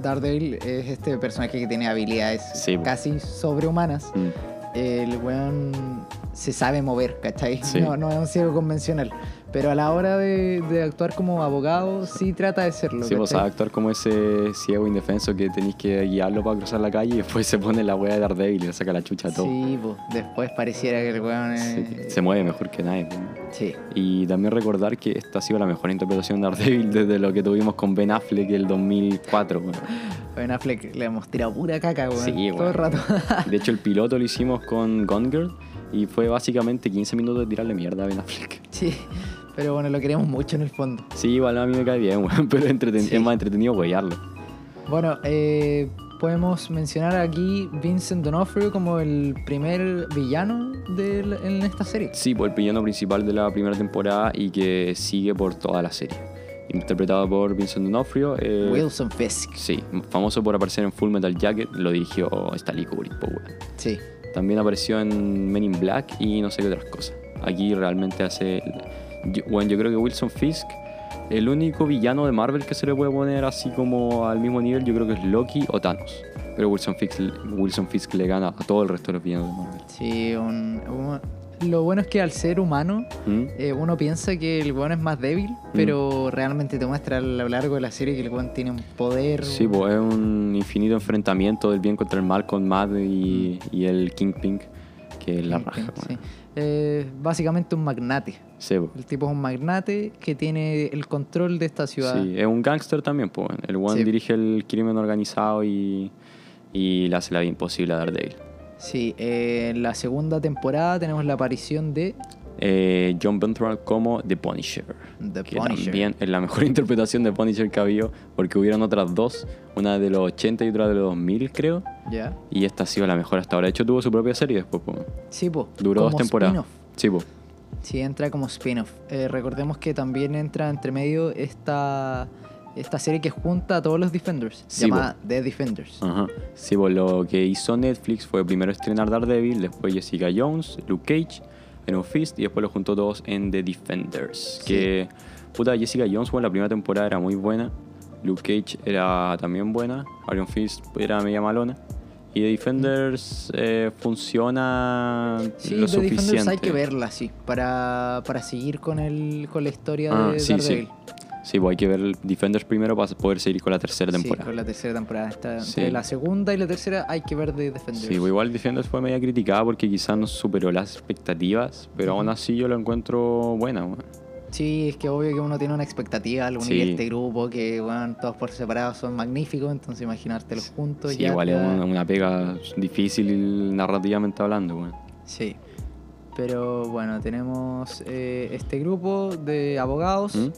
S2: Daredevil es este personaje que tiene habilidades
S1: Sí, po.
S2: casi sobrehumanas, el weón se sabe mover, ¿cachai?
S1: Sí.
S2: No, no es un ciego convencional. Pero a la hora de, de actuar como abogado, sí trata de serlo.
S1: Sí, pues a
S2: ¿cachai?
S1: actuar como ese ciego indefenso que tenéis que guiarlo para cruzar la calle y después se pone la hueá de Daredevil y le saca la chucha a todo.
S2: Sí, eh. po. después pareciera que el weón es-
S1: Se, se mueve mejor que nadie. pues.
S2: Sí.
S1: Y también recordar que esta ha sido la mejor interpretación de Daredevil <laughs> desde lo que tuvimos con Ben Affleck el 2004. weón.
S2: Ben Affleck le hemos tirado pura caca, weón.
S1: Sí, weón.
S2: Todo el rato. <laughs>
S1: De hecho, el piloto lo hicimos con Gone Girl y fue básicamente 15 minutos de tirarle mierda a Ben Affleck.
S2: sí. Pero bueno, lo queremos mucho en el fondo.
S1: Sí, igual a mí me cae bien, <laughs> weón, pero entreten-
S2: Sí.
S1: es más entretenido huearlo.
S2: Bueno, eh, podemos mencionar aquí Vincent D'Onofrio como el primer villano de la- en esta serie.
S1: Sí, por el villano principal de la primera temporada y que sigue por toda la serie. Interpretado por Vincent D'Onofrio. eh,
S2: Wilson Fisk.
S1: Sí, famoso por aparecer en Full Metal Jacket, lo dirigió Stanley Kubrick, po, weón.
S2: Sí.
S1: También apareció en Men in Black y no sé qué otras cosas. Aquí realmente hace. yo- Bueno, yo creo que Wilson Fisk, el único villano de Marvel que se le puede poner así como al mismo nivel, yo creo que es Loki o Thanos. Pero Wilson Fisk, Wilson Fisk le gana a todo el resto de los villanos de Marvel.
S2: Sí, un- un- lo bueno es que al ser humano
S1: ¿Mm?
S2: eh, uno piensa que el weón es más débil, pero realmente te muestra a lo largo de la serie que el weón tiene un poder.
S1: Sí, pues es un infinito enfrentamiento del bien contra el mal con Matt y, y el Kingpin, que es la raja.
S2: Sí.
S1: bueno.
S2: Eh, básicamente un magnate.
S1: Sí, pues. po.
S2: El tipo es un magnate que tiene el control de esta ciudad.
S1: Sí, es un gángster también, pues. El one
S2: Sí.
S1: dirige el crimen organizado y, y le hace la vida imposible a Daredevil.
S2: Sí, eh, en la segunda temporada tenemos la aparición de
S1: Eh, John Bernthal como The Punisher.
S2: The
S1: que
S2: Punisher.
S1: también es la mejor <laughs> interpretación de Punisher que ha habido, porque hubieron otras dos, una de los 80 y otra de los 2000, creo.
S2: ¿Ya?
S1: Y esta ha sido la mejor hasta ahora. De hecho, tuvo su propia serie después. po.
S2: Sí, po,
S1: Duró dos
S2: como
S1: temporadas.
S2: spin-off.
S1: Sí, po.
S2: Sí, entra como spin-off. Eh, recordemos que también entra entre medio esta, esta serie que junta a todos los Defenders,
S1: Sí,
S2: llamada The Defenders.
S1: Ajá. Sí, pues lo que hizo Netflix fue primero estrenar Daredevil, después Jessica Jones, Luke Cage, Iron Fist y después los juntó todos en The Defenders. Que, puta, Jessica Jones, bueno, la primera temporada era muy buena, Luke Cage era también buena, Iron Fist era media malona. Y The Defenders eh, funciona
S2: Mm. Sí,
S1: lo
S2: The
S1: suficiente.
S2: Defenders hay que verla, sí, para, para seguir con, el, con la historia
S1: Ah,
S2: de
S1: sí,
S2: Daredevil.
S1: sí. Sí, pues hay que ver Defenders primero para poder seguir con la tercera
S2: Sí,
S1: temporada.
S2: con la tercera temporada. Está,
S1: Sí.
S2: entre la segunda y la tercera hay que ver The Defenders.
S1: Sí, pues igual Defenders fue media criticada porque quizás no superó las expectativas, pero aún así yo lo encuentro buena. weón.
S2: Sí, es que obvio que uno tiene una expectativa al unir
S1: Sí.
S2: este grupo, que bueno, todos por separado son magníficos, entonces imaginártelos juntos.
S1: Sí,
S2: ya
S1: igual
S2: te
S1: es
S2: da-
S1: una, una pega difícil narrativamente hablando. weón.
S2: Sí. Pero bueno, tenemos eh, este grupo de abogados,
S1: ¿Mm?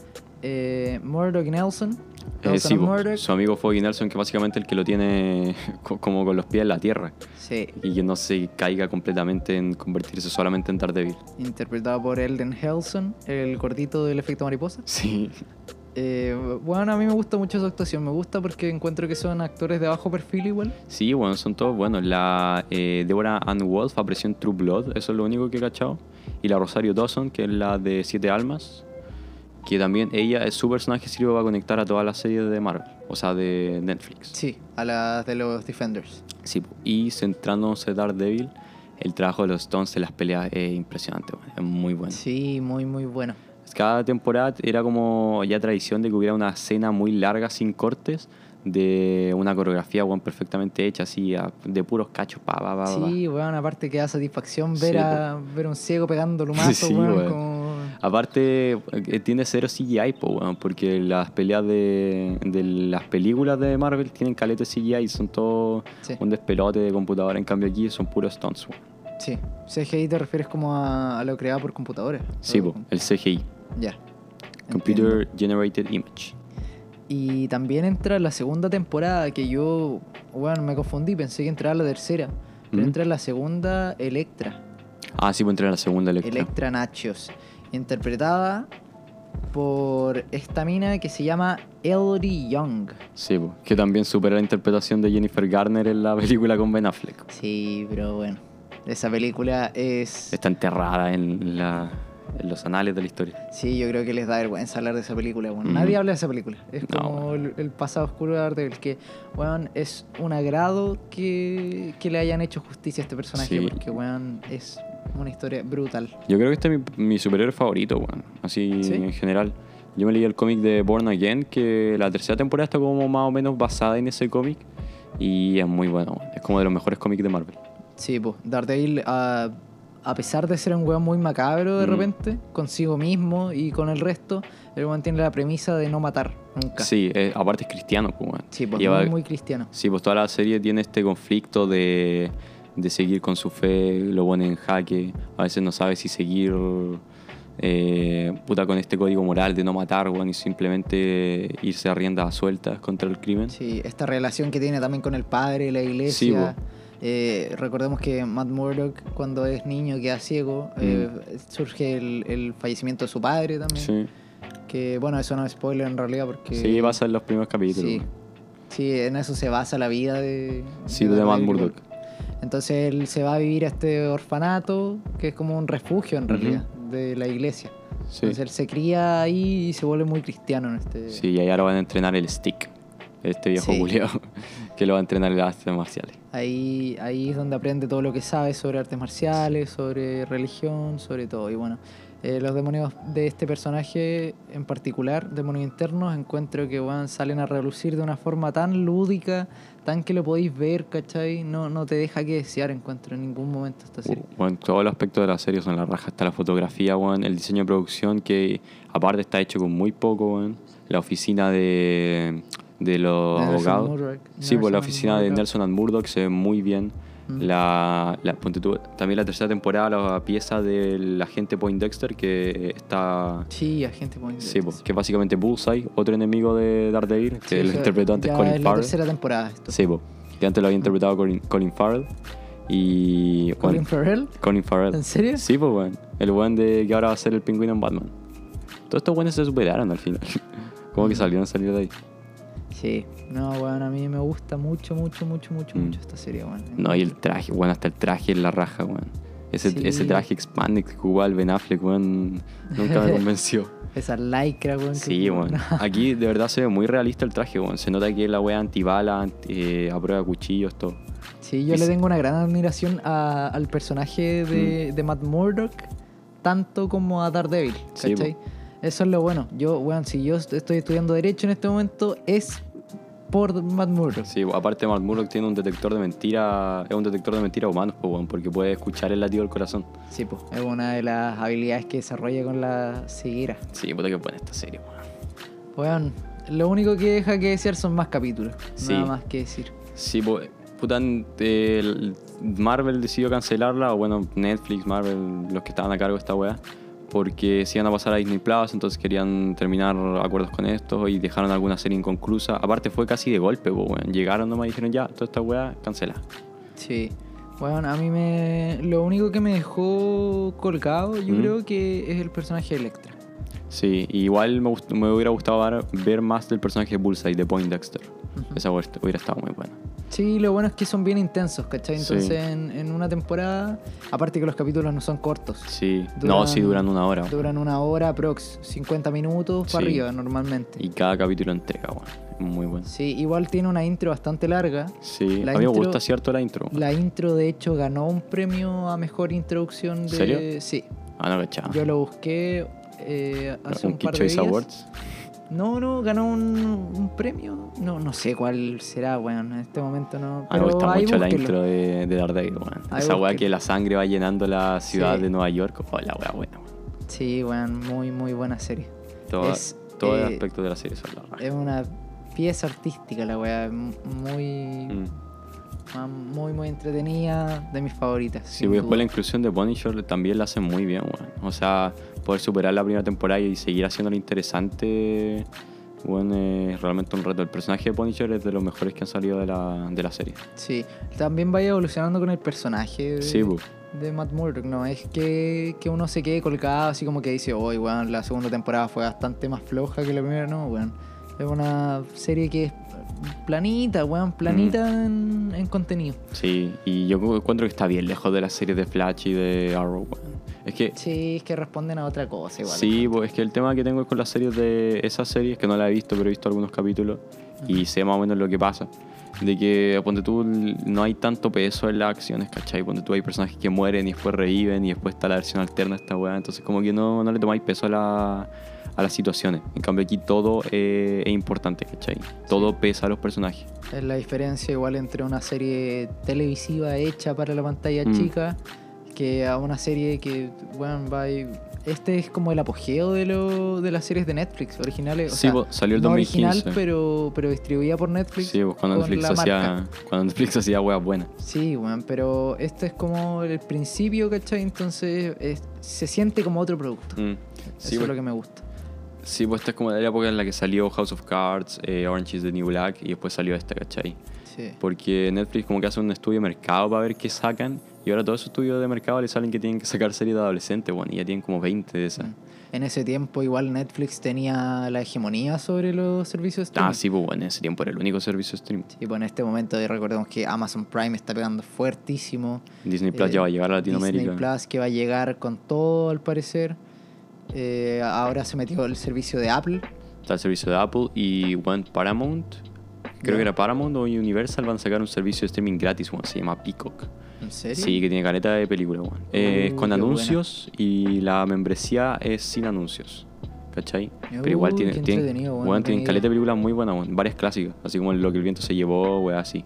S2: eh, Murdoch y Nelson.
S1: Eh,
S2: Nelson
S1: sí,
S2: and
S1: po,
S2: Murdoch.
S1: su amigo Foggy Nelson, que básicamente el que lo tiene <laughs> co- como con los pies en la tierra
S2: Sí,
S1: y que no se caiga completamente en convertirse solamente en Daredevil.
S2: interpretado por Elden Helson, el gordito del efecto mariposa.
S1: Sí,
S2: Eh, bueno, a mí me gusta mucho su actuación, me gusta porque encuentro que son actores de bajo perfil igual.
S1: sí, bueno, son todos buenos. La eh, Deborah Ann Wolf apareció en True Blood, eso es lo único que he cachado. Y la Rosario Dawson, que es la de Siete Almas, que también ella, su personaje sirve para conectar a todas las series de Marvel, o sea, de Netflix.
S2: Sí, a las de los Defenders.
S1: Sí, po. y centrándonos en Daredevil, el trabajo de los Stones en las peleas es impresionante, bueno, es muy bueno.
S2: Sí, muy, muy bueno.
S1: Cada temporada era como ya tradición de que hubiera una escena muy larga sin cortes de una coreografía bueno, perfectamente hecha, así a- de puros cachos. Pa, pa, pa, pa, pa.
S2: Sí, bueno, aparte que da satisfacción ver,
S1: Sí,
S2: a, ver a un ciego
S1: <laughs>
S2: pegando lumazo,
S1: Sí,
S2: weón,
S1: weón.
S2: como-
S1: Aparte, eh, tiene cero CGI, po, weón, porque las peleas de, de las películas de Marvel tienen calete CGI y son todo
S2: Sí.
S1: un despelote de computadora. En cambio, aquí son puros stunts. weón.
S2: Sí, CGI te refieres como a, a lo creado por computadores.
S1: Sí,
S2: O-
S1: po, el CGI,
S2: Ya.
S1: Computer Generated Image.
S2: Entiendo. Y también entra la segunda temporada, que yo, bueno, me confundí, pensé que entraba la tercera. Pero
S1: ¿Mm?
S2: entra la segunda Electra,
S1: Ah, sí, pues entrar en la segunda
S2: Electra,
S1: Electra.
S2: Nachos, interpretada por esta mina que se llama Elodie Young.
S1: Sí, po, que también supera la interpretación de Jennifer Garner en la <laughs> película con Ben Affleck.
S2: Sí, pero bueno, esa película es...
S1: Está enterrada en, la- en los anales de la historia.
S2: Sí, yo creo que les da vergüenza hablar de esa película, weón.
S1: Mm.
S2: Nadie habla de esa película. Es
S1: No,
S2: como el, el pasado oscuro de Daredevil, que, weón, es un agrado que, que le hayan hecho justicia a este personaje,
S1: Sí.
S2: porque, weón, es una historia brutal.
S1: Yo creo que este es mi, mi superhéroe favorito, bueno, así
S2: ¿Sí?
S1: en general. Yo me leí el cómic de Born Again, que la tercera temporada está como más o menos basada en ese cómic. Y es muy bueno, bueno, es como de los mejores cómics de Marvel.
S2: Sí, pues, Daredevil, a, a pesar de ser un weón muy macabro de
S1: Mm.
S2: repente, consigo mismo y con el resto, el weón tiene la premisa de no matar nunca.
S1: Sí, eh, aparte es cristiano, pues, bueno.
S2: Sí, pues,
S1: Lleva-
S2: muy, muy cristiano.
S1: Sí, pues toda la serie tiene este conflicto de, de seguir con su fe, lo pone en jaque, a veces no sabe si seguir eh, puta con este código moral de no matar, weón, y simplemente irse a riendas sueltas contra el crimen.
S2: Sí, esta relación que tiene también con el padre, la
S1: Sí, bo.
S2: iglesia. Eh, recordemos que Matt Murdock, cuando es niño, queda ciego.
S1: Mm.
S2: eh, surge el, el fallecimiento de su padre también.
S1: Sí,
S2: Que bueno, eso no es spoiler en realidad porque.
S1: sí pasa en los primeros capítulos.
S2: Sí.
S1: weón.
S2: Sí, en eso se basa la vida de.
S1: Sí, de Matt
S2: Daredevil.
S1: Murdock.
S2: Entonces él se va a vivir a este orfanato, que es como un refugio en
S1: Ujú.
S2: realidad, de la iglesia.
S1: Sí.
S2: Entonces él se cría ahí y se vuelve muy cristiano en este.
S1: Sí, y ahí ahora van a entrenar el stick, este viejo
S2: Sí.
S1: Julio, <laughs> que lo va a entrenar en las artes marciales.
S2: Ahí, ahí es donde aprende todo lo que sabe sobre artes marciales, sobre religión, sobre todo. Y bueno, eh, los demonios de este personaje en particular, demonios internos, encuentro que weón, salen a relucir de una forma tan lúdica, tan que lo podéis ver, ¿cachai? No, no te deja que desear, encuentro, en ningún momento esta serie.
S1: Uh, Bueno, todos los aspectos de la serie son la raja, está la fotografía, weón, el diseño de producción que aparte está hecho con muy poco, weón. la oficina de, de los
S2: Nelson
S1: abogados.
S2: Murdoch,
S1: Sí, pues la
S2: Nelson Mm.
S1: oficina de
S2: Murdoch.
S1: Nelson and Murdoch se ve muy bien. La, la- ponte tú, también la tercera temporada, la pieza del agente Poindexter que está.
S2: Sí, agente Point.
S1: Sí, pues, que es básicamente Bullseye, otro enemigo de Daredevil, que
S2: Sí,
S1: lo
S2: o sea,
S1: interpretó antes
S2: ya
S1: Colin
S2: es la
S1: Farrell.
S2: tercera temporada esto.
S1: Sí, po. que antes lo había interpretado Colin, Colin Farrell. Y.
S2: Colin
S1: bueno,
S2: Farrell.
S1: Colin Farrell.
S2: ¿En serio?
S1: Sí, pues, weón. El weón de que ahora va a ser el pingüino en Batman. Todos estos weones se superaron al final. <laughs> Como que salieron a salir de ahí.
S2: Sí. No, weón, a mí me gusta mucho, mucho, mucho, mucho,
S1: Mm.
S2: mucho esta serie, weón.
S1: No, y el traje, weón, hasta el traje es la raja, weón. Ese,
S2: Sí.
S1: ese traje expanded que jugaba el Ben Affleck, weón,
S2: <laughs>
S1: nunca me convenció.
S2: Esa lycra, weón. que-
S1: Sí, <laughs> weón. Aquí de verdad se ve muy realista el traje, weón. Se nota que es la weá antibala, anti- eh, a prueba de cuchillos, todo.
S2: Sí, yo
S1: Y
S2: le
S1: se-
S2: tengo una gran admiración a- al personaje de,
S1: Mm.
S2: de Matt Murdock, tanto como a Daredevil,
S1: Sí,
S2: ¿cachai? Eso es lo bueno. Yo, weón, si yo est- estoy estudiando Derecho en este momento, es por Matt Murdock.
S1: Sí, bo- aparte Matt Murdock tiene un detector de mentira, es un detector de mentira humanos, po, weón, porque puede escuchar el latido del corazón.
S2: Sí, pues, es una de las habilidades que desarrolla con la ceguera.
S1: Sí, puta que buena esta serie, weón.
S2: Weón, lo único que deja que desear son más capítulos.
S1: Sí.
S2: Nada más que decir.
S1: Sí, po, puta, eh, el- Marvel decidió cancelarla, o bueno, Netflix, Marvel, los que estaban a cargo de esta weá, porque se iban a pasar a Disney Plus, entonces querían terminar acuerdos con esto y dejaron alguna serie inconclusa. Aparte fue casi de golpe, po, weón. Llegaron nomás y dijeron, ya, toda esta weá, cancela.
S2: Sí. Bueno, a mí me. Lo único que me dejó colgado, yo
S1: ¿Mm?
S2: creo que es el personaje de Electra.
S1: Sí, igual me, gust- me hubiera gustado ver, ver más del personaje de Bullseye, de Poindexter.
S2: Ujú.
S1: Esa hubiera hubiera estado muy buena.
S2: Sí, lo bueno es que son bien intensos, ¿cachai?
S1: Sí.
S2: Entonces en, en una temporada, aparte que los capítulos no son cortos.
S1: Sí, no, sí duran una hora. weón.
S2: Duran una hora, prox, 50 minutos para
S1: Sí.
S2: arriba normalmente.
S1: Y cada capítulo entrega, weón. Muy bueno.
S2: Sí, igual tiene una intro bastante larga.
S1: Sí,
S2: La
S1: a mí me
S2: intro-
S1: gusta cierto la intro. weón.
S2: La intro de hecho ganó un premio a mejor introducción de...
S1: ¿Serio?
S2: Sí,
S1: Ah, no, cachaba.
S2: yo lo busqué eh, hace un,
S1: Un Kid
S2: par de
S1: Choice
S2: días.
S1: Awards. Ah,
S2: No, no, ganó un, un premio. No, no sé cuál será, bueno, en este momento no.
S1: Ah, me gusta
S2: ahí
S1: mucho la
S2: búsquenlo.
S1: intro de, de Daredevil, weón.
S2: Ahí
S1: Esa weá
S2: búsquenlo.
S1: que la sangre va llenando la ciudad
S2: Sí.
S1: de Nueva York. Oh, la weá buena, weón.
S2: Sí, bueno, muy, muy buena serie.
S1: Todo,
S2: Es,
S1: todo el
S2: eh,
S1: aspecto de la serie son la raja.
S2: Es una pieza artística la weá, m- muy,
S1: Mm.
S2: ma- muy, muy entretenida, de mis favoritas.
S1: Sí,
S2: sin
S1: pues después la
S2: duda.
S1: inclusión de Punisher también la hacen muy bien, weón. O sea, poder superar la primera temporada y seguir haciéndolo interesante, bueno, es realmente un reto. El personaje de Punisher es de los mejores que han salido de la, de la serie.
S2: Sí, también vaya evolucionando con el personaje de,
S1: Sí, pues.
S2: de Matt Murdock, no es que, que uno se quede colgado así como que dice, hoy, weón, la segunda temporada fue bastante más floja que la primera, no, weón. Es una serie que es planita, weón, planita en, en contenido.
S1: Sí, y yo encuentro que está bien lejos de las series de Flash y de Arrow, weón. Es que
S2: Sí, es que responden a otra cosa igual.
S1: Sí, pues es que el tema que tengo es con las series de esas series, que no la he visto, pero he visto algunos capítulos y sé más o menos lo que pasa. De que, ponte tú, no hay tanto peso en las acciones, ¿cachai? Ponte tú, hay personajes que mueren y después reviven y después está la versión alterna de esta weá. Entonces, como que no, no le tomáis peso a, la- a las situaciones. En cambio, aquí todo eh, es importante, ¿cachai? Todo pesa a los personajes.
S2: Es la diferencia igual entre una serie televisiva hecha para la pantalla
S1: Mm.
S2: chica que a una serie que, bueno, va y- Este es como el apogeo de, lo, de las series de Netflix originales. O
S1: Sí,
S2: sea,
S1: po, salió el
S2: no
S1: 2015.
S2: original, pero, pero distribuida por Netflix.
S1: Sí, pues cuando
S2: con
S1: Netflix,
S2: la
S1: hacía,
S2: marca.
S1: cuando Netflix hacía weas buenas.
S2: Sí, bueno, pero este es como el principio, ¿cachai? Entonces es- se siente como otro producto.
S1: Mm.
S2: Eso
S1: Sí,
S2: es
S1: pues,
S2: lo que me gusta.
S1: Sí, pues esta es como la época en la que salió House of Cards, eh, Orange is the New Black y después salió esta, ¿cachai?
S2: Sí.
S1: Porque Netflix como que hace un estudio de mercado para ver qué sacan y ahora todos esos estudios de mercado le salen que tienen que sacar series de adolescentes, bueno, y ya tienen como 20 de
S2: Mm.
S1: esas.
S2: En ese tiempo igual Netflix tenía la hegemonía sobre los servicios de
S1: Ah,
S2: streaming.
S1: sí, pues bueno, en ese tiempo era el único servicio de streaming.
S2: Y bueno, en este momento eh, recordemos que Amazon Prime está pegando fuertísimo.
S1: Disney Plus
S2: Eh,
S1: ya va a llegar a Latinoamérica.
S2: Disney Plus que va a llegar con todo al parecer. Eh, ahora se metió el servicio de Apple.
S1: Está el servicio de Apple y One Paramount. Creo
S2: Ya.
S1: que era Paramount o Universal van a sacar un servicio de streaming gratis, bueno, se llama Peacock.
S2: ¿En serio?
S1: Sí, que tiene careta de película, weón. Eh, es
S2: Uh,
S1: con
S2: qué
S1: anuncios y la membresía es sin anuncios. ¿Cachai? Pero igual
S2: Uh,
S1: tiene,
S2: qué
S1: tiene-
S2: entretenido, weón,
S1: weón,
S2: no
S1: tienen
S2: tenía
S1: caleta
S2: idea.
S1: de películas muy buenas, weón. Varias clásicas. Así como Lo que el viento se llevó, weón, así.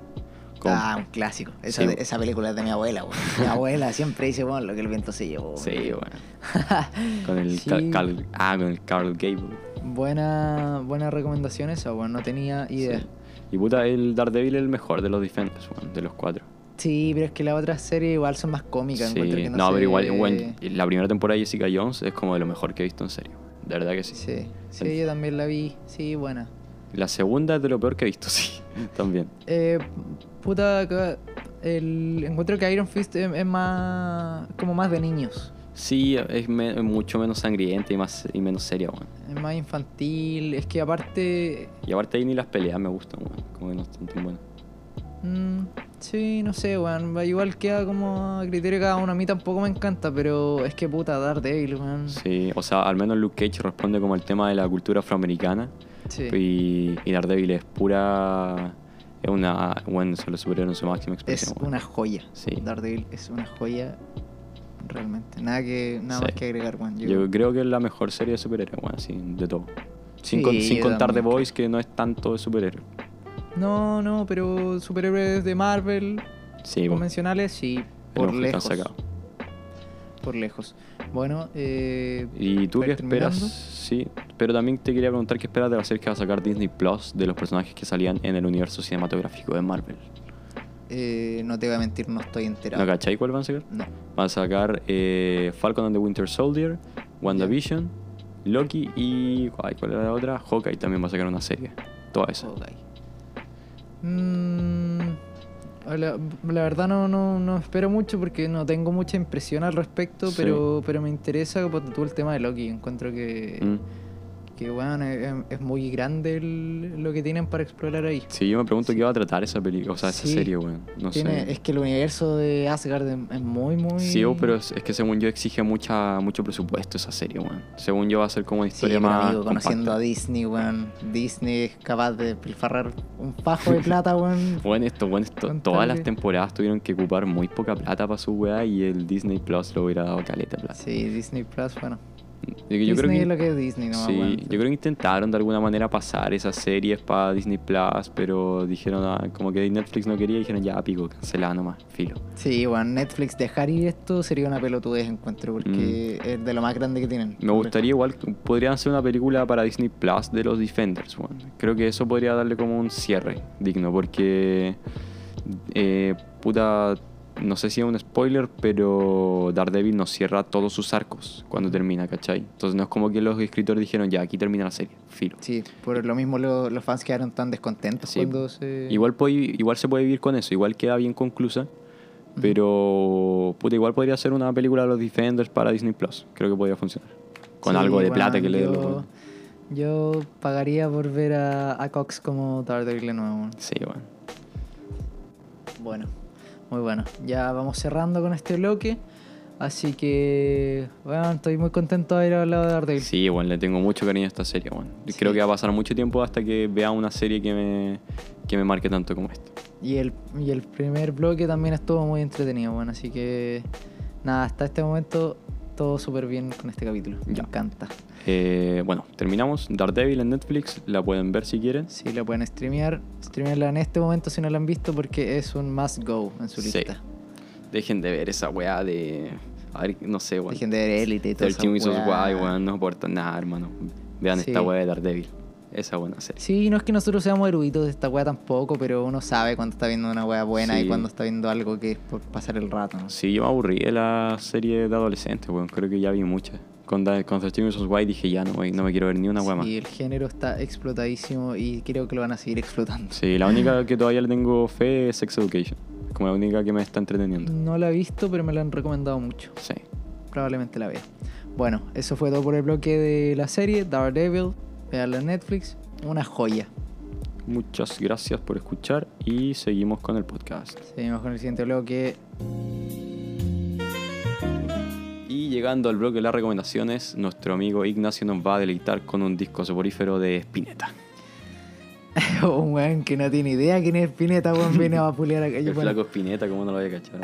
S1: Con-
S2: Ah, un clásico. Esa,
S1: Sí.
S2: esa película es de mi abuela. weón. Mi
S1: <laughs>
S2: abuela siempre dice, bueno, lo que el viento se llevó.
S1: sí,
S2: <laughs>
S1: weón. con el Cal-
S2: Sí.
S1: Cal- ah, con el Carl Gable.
S2: Buena, buena recomendación esa, bueno, no tenía idea.
S1: Sí. Y puta, el Daredevil es el mejor de los Defenders, weón, de los cuatro.
S2: Sí, pero es que las otras series igual son más cómicas.
S1: Sí,
S2: encuentro que
S1: no,
S2: no
S1: pero
S2: se-
S1: igual, bueno, la primera temporada de Jessica Jones es como de lo mejor que he visto en serio. De verdad que sí.
S2: Sí, sí,
S1: El-
S2: yo también la vi. Sí, buena.
S1: La segunda es de lo peor que he visto, <laughs> sí. También.
S2: Eh, puta, ca- el, encuentro que Iron Fist es, es más como más de niños.
S1: Sí, es me- mucho menos sangrienta y, más, y menos seria, weón.
S2: Es más infantil. Es que aparte...
S1: Y aparte ahí ni las peleas me gustan, weón. Como que no están tan buenas.
S2: mm, sí, no sé, weón. Igual queda como a criterio de cada uno. A mí tampoco me encanta, pero es que puta, Daredevil, weón. Sí.
S1: Sí, o sea, al menos Luke Cage responde como al tema de la cultura afroamericana. Y, y Daredevil es pura. Es una. Bueno, se lo superó en su máxima
S2: Es
S1: expresión. weón.
S2: una joya.
S1: Sí.
S2: Daredevil es una joya. Realmente. Nada que nada
S1: Sí.
S2: más que agregar, weón. Yo-
S1: Yo creo que es la mejor serie de superhéroes, bueno, así, de todo. Sin,
S2: Sí,
S1: con- sin
S2: yo
S1: contar The
S2: también
S1: Voice, que no es tanto de superhéroe.
S2: No, no, pero superhéroes de Marvel
S1: Sí, bueno,
S2: convencionales, sí.
S1: pero
S2: Por
S1: que están
S2: lejos.
S1: sacados.
S2: Por lejos. Bueno, eh,
S1: ¿Y tú
S2: ¿Para
S1: qué
S2: ir terminando?
S1: esperas? Sí, pero también te quería preguntar qué esperas de la serie que va a sacar Disney Plus de los personajes que salían en el universo cinematográfico de Marvel.
S2: eh, no te voy a mentir, no estoy enterado.
S1: ¿No cachai cuál van a sacar?
S2: No.
S1: Van a sacar eh, Falcon and the Winter Soldier, WandaVision, Loki y. ay, ¿Cuál era la otra? Hawkeye también va a sacar una serie. Toda esa.
S2: Ok. Mm, la, la verdad no, no, no espero mucho porque no tengo mucha impresión al respecto,
S1: Sí.
S2: pero, pero me interesa por todo el tema de Loki. Encuentro que,
S1: Mm.
S2: que bueno, es, es muy grande el- lo que tienen para explorar ahí.
S1: Sí, yo me pregunto qué va a tratar esa película, o sea,
S2: Sí.
S1: esa serie, weón. No
S2: Tiene-
S1: sé.
S2: Es que el universo de Asgard es, es muy, muy...
S1: Sí, oh, pero es, es que según yo exige mucha, mucho presupuesto esa serie, weón. Según yo va a ser como una
S2: Sí,
S1: historia
S2: pero
S1: más.
S2: amigo, conociendo a
S1: compacta.
S2: Disney, weón. Disney es capaz de pilfarrar un fajo de plata, <laughs> weón.
S1: Bueno, esto, bueno, esto-
S2: Con
S1: todas
S2: tal
S1: las
S2: de-
S1: temporadas tuvieron que ocupar muy poca plata para su weá y el Disney Plus lo hubiera dado caleta de plata.
S2: Sí, Disney Plus, bueno.
S1: Yo- yo
S2: Disney
S1: creo que-
S2: es lo que es Disney, no
S1: sí, yo creo que intentaron de alguna manera pasar esas series para Disney Plus, pero dijeron ah, como que Netflix no quería, y dijeron ya pico, cancelada nomás, filo.
S2: Sí, weón, Netflix dejar ir esto sería una pelotudez, encuentro, porque es de lo más grande que tienen.
S1: Mm. Me gustaría igual, podrían hacer una película para Disney Plus de los Defenders, weón. Creo que eso podría darle como un cierre digno, porque. eh, puta. No sé si es un spoiler, pero Daredevil nos cierra todos sus arcos cuando termina, ¿cachai? Entonces no es como que los escritores dijeron, ya, aquí termina la serie, filo.
S2: Sí, por lo mismo lo- los fans quedaron tan descontentos
S1: Sí.
S2: cuando se...
S1: Igual, puede- igual se puede vivir con eso, igual queda bien conclusa, pero puta, igual podría ser una película de los Defenders para Disney Plus. Creo que podría funcionar. Con
S2: Sí,
S1: algo de
S2: weón,
S1: plata que le dé los
S2: yo,
S1: weones.
S2: yo pagaría por ver a, a Cox como Daredevil de nuevo, weón.
S1: Sí, bueno.
S2: Bueno, muy bueno. Ya vamos cerrando con este bloque. Así que, bueno, estoy muy contento de haber hablado de Daredevil.
S1: Sí, bueno, le tengo mucho cariño a esta serie, bueno.
S2: Sí.
S1: Creo que va a pasar mucho tiempo hasta que vea una serie que me, que me marque tanto como esta.
S2: Y, el, y el primer bloque también estuvo muy entretenido, bueno. Así que, nada, hasta este momento todo súper bien con este capítulo.
S1: Ya.
S2: Me encanta.
S1: Eh, bueno, terminamos. Daredevil en Netflix, la pueden ver si quieren.
S2: Sí, la pueden streamear. Streamearla en este momento si no la han visto porque es un must go en su
S1: Sí.
S2: lista.
S1: Dejen de ver esa weá de... A ver, no sé, weón.
S2: Dejen de ver Elite y todo eso.
S1: Thirteen Reasons Why, weón, no aporta nada, hermano. Vean
S2: Sí.
S1: esta weá de Daredevil. Esa buena serie.
S2: Sí, no es que nosotros seamos eruditos de esta wea tampoco, pero uno sabe cuando está viendo una wea buena
S1: Sí.
S2: y cuando está viendo algo que es por pasar el rato. ¿no?
S1: Sí, yo me aburrí de la serie de adolescentes, weón. Creo que ya vi muchas. Con, Da- con Thirteen Reasons Why dije ya, no, wey, no me quiero ver ni una weá más.
S2: Sí, el género está explotadísimo y creo que lo van a
S1: <laughs>
S2: seguir explotando.
S1: Sí, la única que todavía le tengo fe es Sex Education. Como la única que me está entreteniendo.
S2: No la he visto, pero me la han recomendado mucho.
S1: Sí.
S2: Probablemente la vea. Bueno, eso fue todo por el bloque de la serie Daredevil. Veanla en Netflix. Una joya.
S1: Muchas gracias por escuchar y seguimos con el podcast.
S2: Seguimos con el siguiente bloque. <laughs>
S1: Y llegando al bloque de las recomendaciones, nuestro amigo Ignacio nos va a deleitar con un disco soporífero de Spinetta.
S2: Un weón que no tiene idea quién es Pineta,
S1: <laughs>
S2: weón, viene a pulear acá. Yo,
S1: El
S2: bueno,
S1: flaco Spinetta, ¿cómo no lo había
S2: <laughs>
S1: cachado?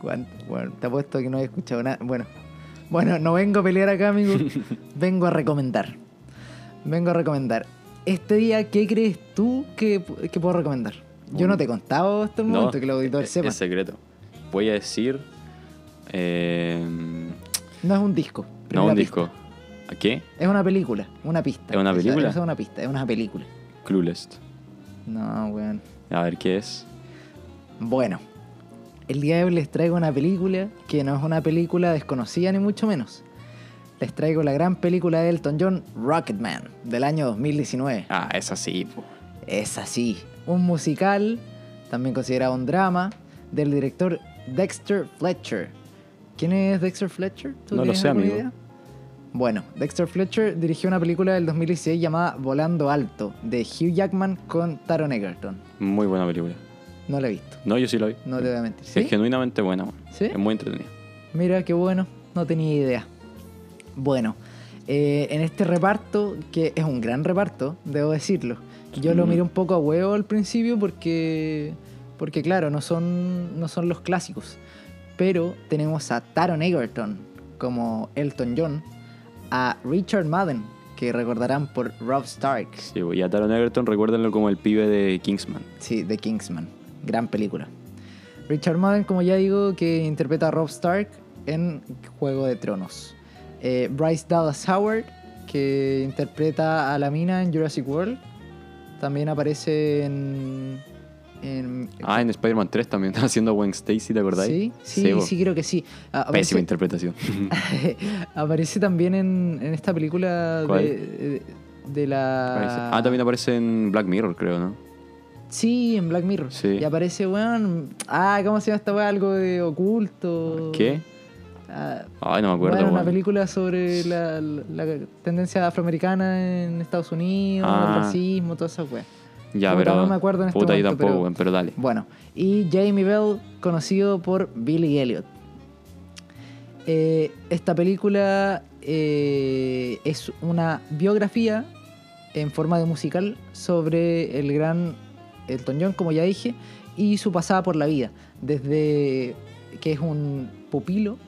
S2: ¿cuánto? Bueno, te apuesto que no he escuchado nada. Bueno, bueno, no vengo a pelear
S1: <laughs>
S2: acá, amigo. vengo a recomendar. Vengo a recomendar. Este día, ¿qué crees tú que, que puedo recomendar? Yo no te he contado hasta el momento, que el auditor
S1: es,
S2: sepa.
S1: es secreto. Voy a decir. eh,
S2: No es un disco.
S1: no,
S2: primera
S1: un
S2: pista.
S1: disco. ¿A qué?
S2: Es una película, una pista.
S1: ¿Es una
S2: Esa-
S1: película?
S2: esa es una pista, es una película.
S1: Clueless.
S2: No, weón.
S1: A ver qué es.
S2: Bueno, el día de hoy les traigo una película que no es una película desconocida ni mucho menos. Les traigo la gran película de Elton John, Rocketman, del año 2019.
S1: Ah, es así.
S2: Es así. Un musical, también considerado un drama, del director Dexter Fletcher. ¿Quién es Dexter Fletcher? ¿Tú
S1: No lo
S2: tienes
S1: sé,
S2: alguna
S1: amigo.
S2: Bueno, Dexter Fletcher dirigió una película del 2016 llamada Volando Alto, de Hugh Jackman con Taron Egerton.
S1: Muy buena película.
S2: No la he visto,
S1: No, yo sí la vi.
S2: no te voy a mentir. ¿Sí?
S1: Es genuinamente buena. man.
S2: ¿Sí?
S1: Es muy entretenida.
S2: Mira, qué bueno, no tenía idea. Bueno, eh, en este reparto, que es un gran reparto, debo decirlo. Yo lo
S1: Mm.
S2: miré un poco a huevo al principio porque, porque claro, no son, no son los clásicos. Pero tenemos a Taron Egerton como Elton John, a Richard Madden, que recordarán por Rob Stark,
S1: Sí, y a Taron Egerton recuérdenlo como el pibe de Kingsman.
S2: sí, de Kingsman. Gran película. Richard Madden, como ya digo, que interpreta a Rob Stark en Juego de Tronos. Eh, Bryce Dallas Howard, que interpreta a la mina en Jurassic World. También aparece en. en-
S1: Ah, en Spider-Man 3 también está haciendo a Gwen Stacy, ¿te acordáis?
S2: Sí, sí,
S1: bo.
S2: sí, creo que sí. Ah,
S1: Pésima
S2: aparece, <laughs>
S1: interpretación.
S2: aparece también en, en esta película
S1: ¿Cuál?
S2: de, de la.
S1: Ah, también aparece en Black Mirror, creo, ¿no?
S2: Sí, en Black Mirror.
S1: Sí.
S2: Y aparece, weón. Ah, ¿cómo se llama esta weá? Algo de oculto.
S1: ¿Qué?
S2: Ah,
S1: Ay, no me acuerdo.
S2: bueno, una
S1: weón.
S2: película sobre la, la tendencia afroamericana en Estados Unidos,
S1: Ah.
S2: el racismo, todas esas weas.
S1: Ya,
S2: Puta,
S1: pero.
S2: no me acuerdo en este
S1: Puta, yo
S2: momento,
S1: tampoco,
S2: pero-
S1: weón, pero dale.
S2: Bueno, y Jamie Bell, conocido por Billy Elliot. Eh, esta película eh, es una biografía en forma de musical sobre el gran Elton John, como ya dije, y su pasada por la vida, desde que es un pupilo,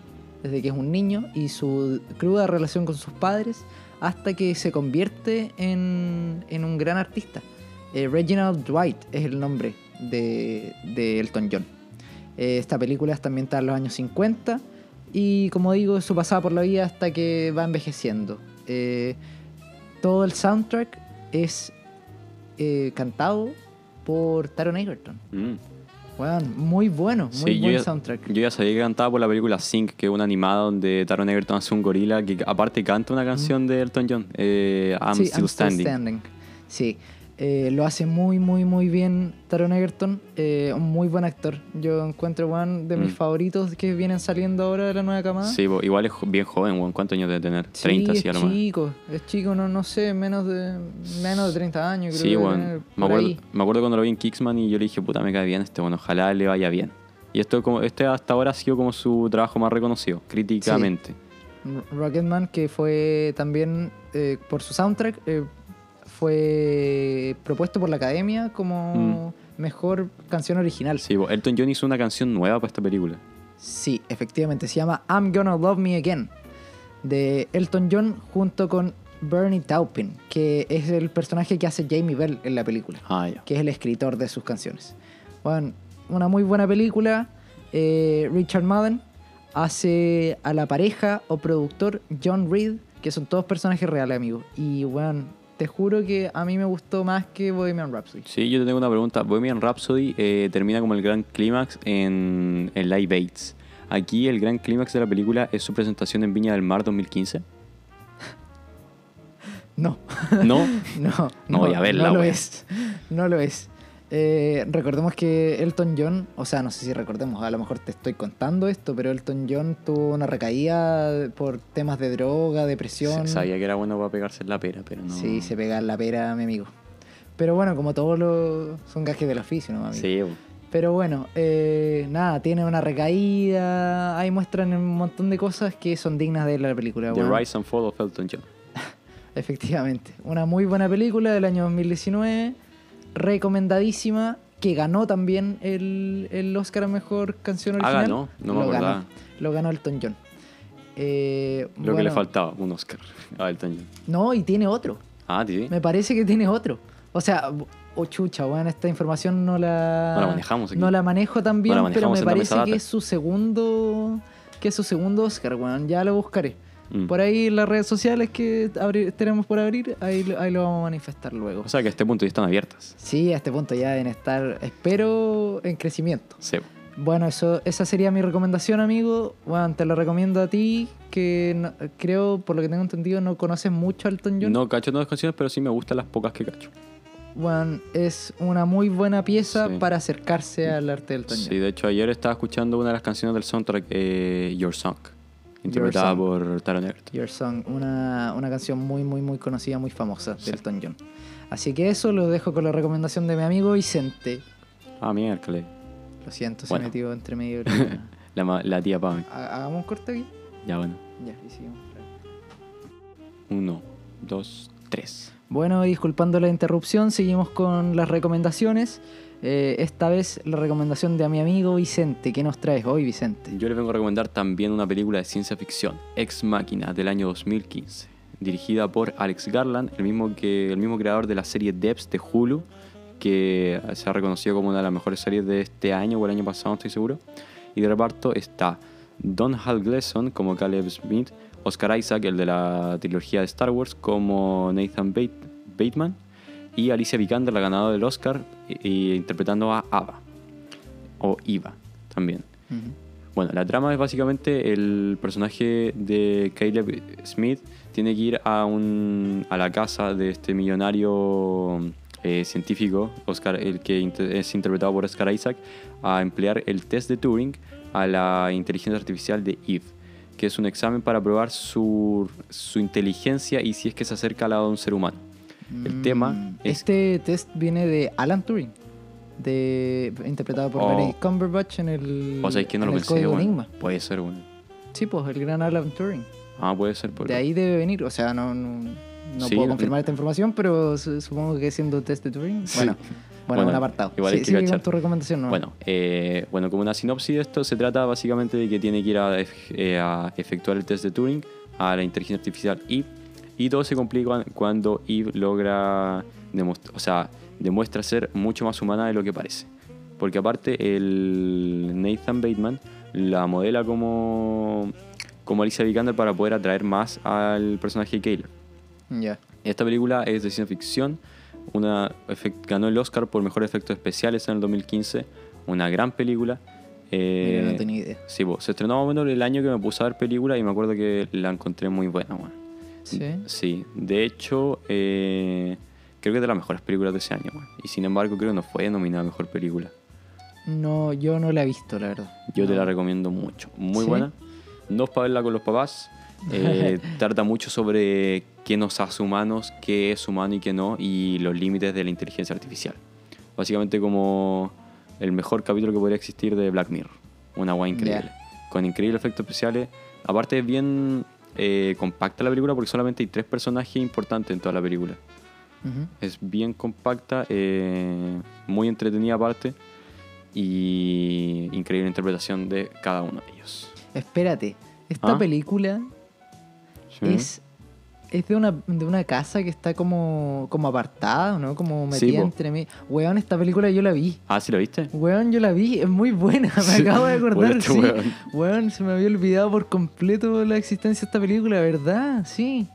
S2: desde que es un niño, y su cruda relación con sus padres, hasta que se convierte en, en un gran artista. Eh, Reginald Dwight es el nombre de, de Elton John. Eh, esta película está ambientada en los años 50 y, como digo, es su pasada por la vida hasta que va envejeciendo. Eh, todo el soundtrack es eh, cantado por Taron Egerton.
S1: Mm.
S2: Weón, muy bueno,
S1: Sí,
S2: muy
S1: yo
S2: buen
S1: ya-
S2: soundtrack.
S1: Yo ya sabía que cantaba por la película Sync, que es una animada donde Taron Egerton hace un gorila que aparte canta una canción de Elton John, eh, I'm,
S2: Mm. Sí,
S1: Still, Standing.
S2: Sí, eh, lo hace muy, muy, muy bien Taron Egerton. eh, un muy buen actor. Yo encuentro one de mis
S1: Mm.
S2: favoritos que vienen saliendo ahora de la nueva camada.
S1: Sí, bo, igual es jo- bien joven, weón. ¿Cuántos años debe tener?
S2: Sí,
S1: 30, sí, a
S2: es
S1: lo mejor.
S2: chico, es chico, no, no sé, menos de menos de 30 años.
S1: Sí,
S2: Creo que debe
S1: weón.
S2: tener
S1: Me
S2: por
S1: acuerdo,
S2: ahí.
S1: me acuerdo cuando lo vi en Kicksman y yo le dije, puta, me cae bien este, bueno, ojalá le vaya bien. Y esto como, este hasta ahora ha sido como su trabajo más reconocido, críticamente.
S2: R- Rocketman, que fue también eh, por su soundtrack, eh, fue propuesto por la academia como
S1: Mm.
S2: mejor canción original.
S1: Sí, bo, Elton John hizo una canción nueva para esta película.
S2: Sí, efectivamente, se llama I'm Gonna Love Me Again, de Elton John junto con Bernie Taupin, que es el personaje que hace Jamie Bell en la película,
S1: Ah, ya.
S2: que es el escritor de sus canciones. Bueno, una muy buena película. Eh, Richard Madden hace a la pareja o productor John Reed, que son todos personajes reales, amigos. Y bueno, te juro que a mí me gustó más que Bohemian Rhapsody.
S1: Sí, yo te tengo una pregunta. Bohemian Rhapsody eh, termina como el gran clímax en, en Live Aids. Aquí el gran clímax de la película es su presentación en Viña del Mar <laughs> 2015.
S2: No.
S1: No,
S2: <laughs> No,
S1: No voy a verla,
S2: No lo
S1: wea.
S2: es. No lo es. Eh, recordemos que Elton John, o sea, no sé si recordemos, a lo mejor te estoy contando esto, pero Elton John tuvo una recaída por temas de droga, depresión.
S1: sabía que era bueno para pegarse en la pera, pero no.
S2: Sí, se pega en la pera, mi amigo. Pero bueno, como todos los. Son gajes del oficio, ¿no, amigo?
S1: Sí, bo.
S2: Pero bueno, eh, nada, tiene una recaída. Ahí muestran un montón de cosas que son dignas de la película.
S1: The
S2: weón.
S1: Rise and Fall of Elton John.
S2: Efectivamente. Una muy buena película del año 2019. Recomendadísima. Que ganó también el, el Oscar a mejor canción
S1: Ah,
S2: original.
S1: ganó, no me
S2: lo
S1: acordaba.
S2: ganó, lo ganó Elton John. Eh,
S1: Lo que
S2: bueno,
S1: le faltaba, un Oscar a Elton John.
S2: No, y tiene otro.
S1: Ah, sí.
S2: Me parece que tiene otro. O sea, oh, chucha, bueno, esta información no la.
S1: No la manejamos aquí.
S2: No la manejo tan bien,
S1: No la
S2: pero
S1: manejamos
S2: me
S1: en la
S2: parece
S1: mesa
S2: que
S1: data.
S2: es su segundo. Que es su segundo Oscar, bueno, ya lo buscaré.
S1: Mm.
S2: Por ahí en las redes sociales que abri- tenemos por abrir, ahí, lo- ahí lo vamos a manifestar luego.
S1: O sea que a este punto ya están abiertas.
S2: Sí, a este punto ya deben estar, espero, en crecimiento.
S1: Sebo.
S2: Bueno, eso, esa sería mi recomendación, amigo. Bueno, te lo recomiendo a ti, que no- creo, por lo que tengo entendido, no conoces mucho a Elton John.
S1: No cacho todas las canciones, pero sí me gustan las pocas que cacho.
S2: Bueno, es una muy buena pieza
S1: Sí.
S2: para acercarse al arte del Elton John.
S1: Sí, de hecho ayer estaba escuchando una de las canciones del soundtrack, eh, Your Song, interpretada
S2: Song.
S1: por Taron Egerton.
S2: Your Song, una, una canción muy, muy, muy conocida, muy famosa de Elton John. Así que eso lo dejo con la recomendación de mi amigo Vicente.
S1: Ah, miércoles.
S2: Lo siento,
S1: Bueno.
S2: se metió entre medio. de
S1: <laughs>
S2: la-
S1: La, ma- la tía Pame.
S2: Ha- Hagamos un corte aquí.
S1: Ya bueno.
S2: Ya, y seguimos.
S1: Uno, dos, tres.
S2: Bueno, disculpando la interrupción, seguimos con las recomendaciones. Eh, esta vez la recomendación de a mi amigo Vicente. ¿Qué nos traes hoy, Vicente?
S1: Yo les vengo a recomendar también una película de ciencia ficción, Ex Máquina, del año 2015, dirigida por Alex Garland, el mismo, que, el mismo creador de la serie Debs de Hulu, que se ha reconocido como una de las mejores series de este año o el año pasado, no estoy seguro. Y de reparto está Don Hal Gleason como Caleb Smith, Oscar Isaac, el de la trilogía de Star Wars, como Nathan Bate- Bateman, y Alicia Vikander, la ganadora del Oscar, y- y interpretando a Ava, o Iva también. Bueno, la trama es básicamente el personaje de Caleb Smith tiene que ir a, un, a la casa de este millonario eh, científico, Oscar, el que inter- es interpretado por Oscar Isaac, a emplear el test de Turing a la inteligencia artificial de Eve, que es un examen para probar su, su inteligencia y si es que se acerca a la de un ser humano. El tema
S2: Mm,
S1: es
S2: Este test viene de Alan Turing, de, interpretado por
S1: Oh.
S2: Benedict Cumberbatch en el,
S1: O sea, es que no
S2: en
S1: lo
S2: el
S1: pensé,
S2: Código
S1: bueno.
S2: Enigma.
S1: Puede ser, bueno.
S2: Sí, pues, el gran Alan Turing.
S1: Ah, puede ser. por
S2: De ahí debe venir. O sea, no, no, no
S1: Sí,
S2: puedo
S1: no-
S2: confirmar esta información, pero su- supongo que siendo test de Turing.
S1: Sí.
S2: Bueno, bueno,
S1: Bueno,
S2: un apartado.
S1: igual
S2: Sí,
S1: hay que
S2: sigue con
S1: cachar.
S2: tu recomendación, ¿no?
S1: Bueno, eh, bueno, como una sinopsis de esto, se trata básicamente de que tiene que ir a, ef- eh, a efectuar el test de Turing a la inteligencia artificial Eve y todo se complica cuando Eve logra, demostr- o sea, demuestra ser mucho más humana de lo que parece. Porque aparte el Nathan Bateman la modela como, como Alicia Vikander para poder atraer más al personaje de Caleb.
S2: Ya.
S1: Esta película es de ciencia ficción. Una, efect- ganó el Oscar por mejor efectos especiales en el 2015. Una gran película. Eh,
S2: Mira, no tenía idea.
S1: Sí, po, se estrenó más o menos el año que me puse a ver película y me acuerdo que la encontré muy buena. weón.
S2: Sí.
S1: Sí, de hecho, eh, creo que es de las mejores películas de ese año. weón. Y sin embargo, creo que no fue nominada a mejor película.
S2: No, yo no la he visto, la verdad.
S1: Yo te
S2: No.
S1: la recomiendo mucho. Muy
S2: ¿Sí?
S1: buena. No es para verla con los papás. Eh,
S2: <laughs>
S1: trata mucho sobre qué nos hace humanos, qué es humano y qué no, y los límites de la inteligencia artificial. Básicamente como el mejor capítulo que podría existir de Black Mirror. Una guay increíble. Con increíbles efectos especiales. Aparte es bien eh, compacta la película porque solamente hay tres personajes importantes en toda la película.
S2: Ujú.
S1: Es bien compacta, eh, muy entretenida aparte y increíble interpretación de cada uno de ellos.
S2: Espérate, esta
S1: ¿Ah?
S2: película es, es de, una, de una casa que está como, como apartada, ¿no? Como
S1: Sí,
S2: metida
S1: po.
S2: entre mí. Weón, esta película yo la vi.
S1: Ah, ¿sí lo viste?
S2: Weón, yo la vi, es muy buena, <laughs> me
S1: Sí.
S2: acabo de acordar.
S1: Bueno, este
S2: sí.
S1: weón.
S2: Weón, se me había olvidado por completo la existencia de esta película, ¿verdad? Sí.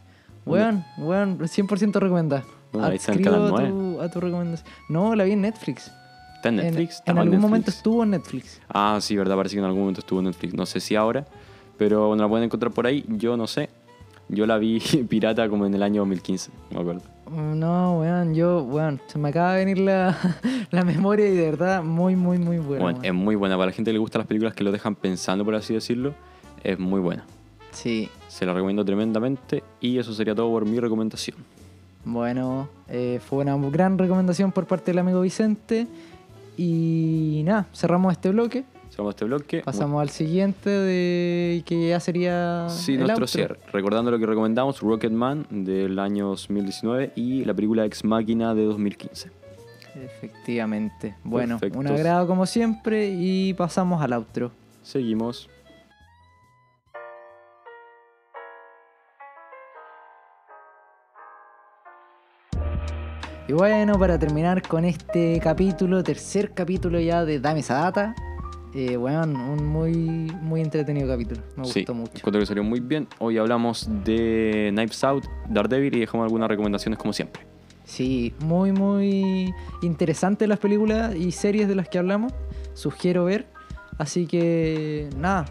S2: Weón, weón, 100% recomendada.
S1: Bueno, ahí está en
S2: Adscribo
S1: Canal
S2: a tu, a tu recomendación. No, la vi en Netflix.
S1: Está en
S2: En-
S1: Netflix.
S2: En,
S1: estaba en
S2: algún
S1: Netflix.
S2: momento estuvo en Netflix.
S1: Ah, sí, verdad, parece que en algún momento estuvo en Netflix. No sé si ahora, pero bueno, la pueden encontrar por ahí. Yo no sé. Yo la vi <laughs> pirata como en el año 2015, me acuerdo.
S2: Mm, No, weón, yo, weón, se me acaba de venir la, <laughs> la memoria y de verdad, muy, muy, muy buena.
S1: Bueno,
S2: weón.
S1: es muy buena. Para la gente que le gustan las películas que lo dejan pensando, por así decirlo, es muy buena.
S2: Sí,
S1: Se la recomiendo tremendamente y eso sería todo por mi recomendación.
S2: bueno, eh, fue una gran recomendación por parte del amigo Vicente. Y nada, cerramos este bloque,
S1: Cerramos este bloque.
S2: pasamos al siguiente, de que ya sería.
S1: Sí,
S2: el
S1: nuestro
S2: outro.
S1: cierre. Recordando lo que recomendamos, Rocketman del año 2019 y la película Ex Máquina de 2015.
S2: Efectivamente. Bueno, un
S1: Perfectos.
S2: agrado como siempre y pasamos al outro.
S1: Seguimos.
S2: Y bueno, para terminar con este capítulo, tercer capítulo ya de Dame esa data. Eh, weón, un muy, muy entretenido capítulo. Me gustó
S1: sí,
S2: mucho.
S1: encuentro que salió muy bien. Hoy hablamos de Knives Out, Daredevil y dejamos algunas recomendaciones como siempre.
S2: Sí, muy, muy interesante las películas y series de las que hablamos. Sugiero ver. Así que, nada.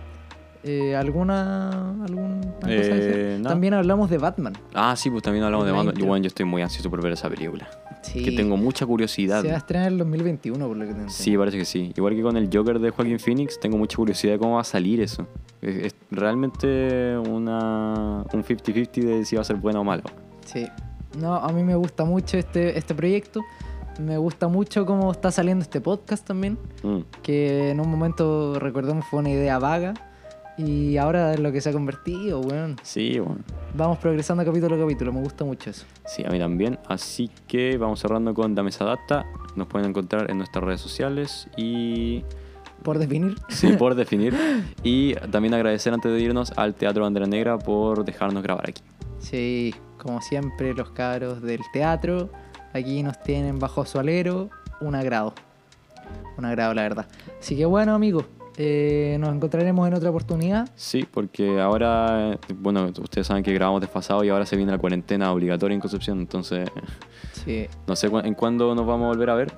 S2: Eh, ¿Alguna, alguna cosa que decir?
S1: Eh, nada.
S2: También hablamos de Batman.
S1: Ah, sí, pues también hablamos de
S2: La
S1: Batman. Y
S2: intro.
S1: bueno, yo estoy muy ansioso por ver esa película.
S2: Sí.
S1: Que tengo mucha curiosidad.
S2: Se va a estrenar en el 2021, por lo que te entiendo.
S1: Sí, parece que sí. Igual que con el Joker de Joaquín Phoenix, tengo mucha curiosidad de cómo va a salir eso. Es, es realmente una, un 50-50 de si va a ser bueno o malo.
S2: Sí. No, a mí me gusta mucho este, este proyecto. Me gusta mucho cómo está saliendo este podcast también.
S1: Mm.
S2: Que en un momento, recordemos, fue una idea vaga. Y ahora es lo que se ha convertido, weón.
S1: Sí, bueno.
S2: Vamos progresando capítulo a capítulo. Me gusta mucho eso.
S1: Sí, a mí también. Así que vamos cerrando con Dame esa data. Nos pueden encontrar en nuestras redes sociales y
S2: Por definir.
S1: Sí, por definir. Y también agradecer antes de irnos al Teatro Bandera Negra por dejarnos grabar aquí.
S2: Sí, como siempre, los cabros del teatro. Aquí nos tienen bajo su alero. Un agrado. Un agrado, la verdad. Así que bueno, amigos. eh, nos encontraremos en otra oportunidad.
S1: Sí, porque ahora, eh, bueno, ustedes saben que grabamos desfasado y ahora se viene la cuarentena obligatoria en Concepción, entonces
S2: Sí.
S1: no sé cu- en cuándo nos vamos a volver a ver.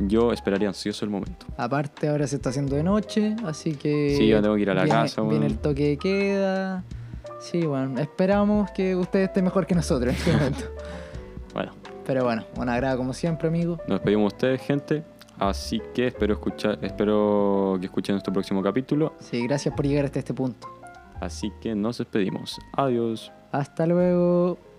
S1: Yo esperaría ansioso el momento.
S2: Aparte ahora se está haciendo de noche, así que...
S1: Sí, yo tengo que ir a la
S2: viene-
S1: casa, weón.
S2: Viene el toque de queda. Sí, bueno, esperamos que usted esté mejor que nosotros en
S1: <laughs>
S2: este momento.
S1: Bueno,
S2: Pero bueno, un agrado como siempre, amigo.
S1: nos despedimos de ustedes, gente. Así que espero, escuchar, espero que escuchen nuestro próximo capítulo.
S2: Sí, gracias por llegar hasta este punto.
S1: Así que nos despedimos. Adiós.
S2: Hasta luego.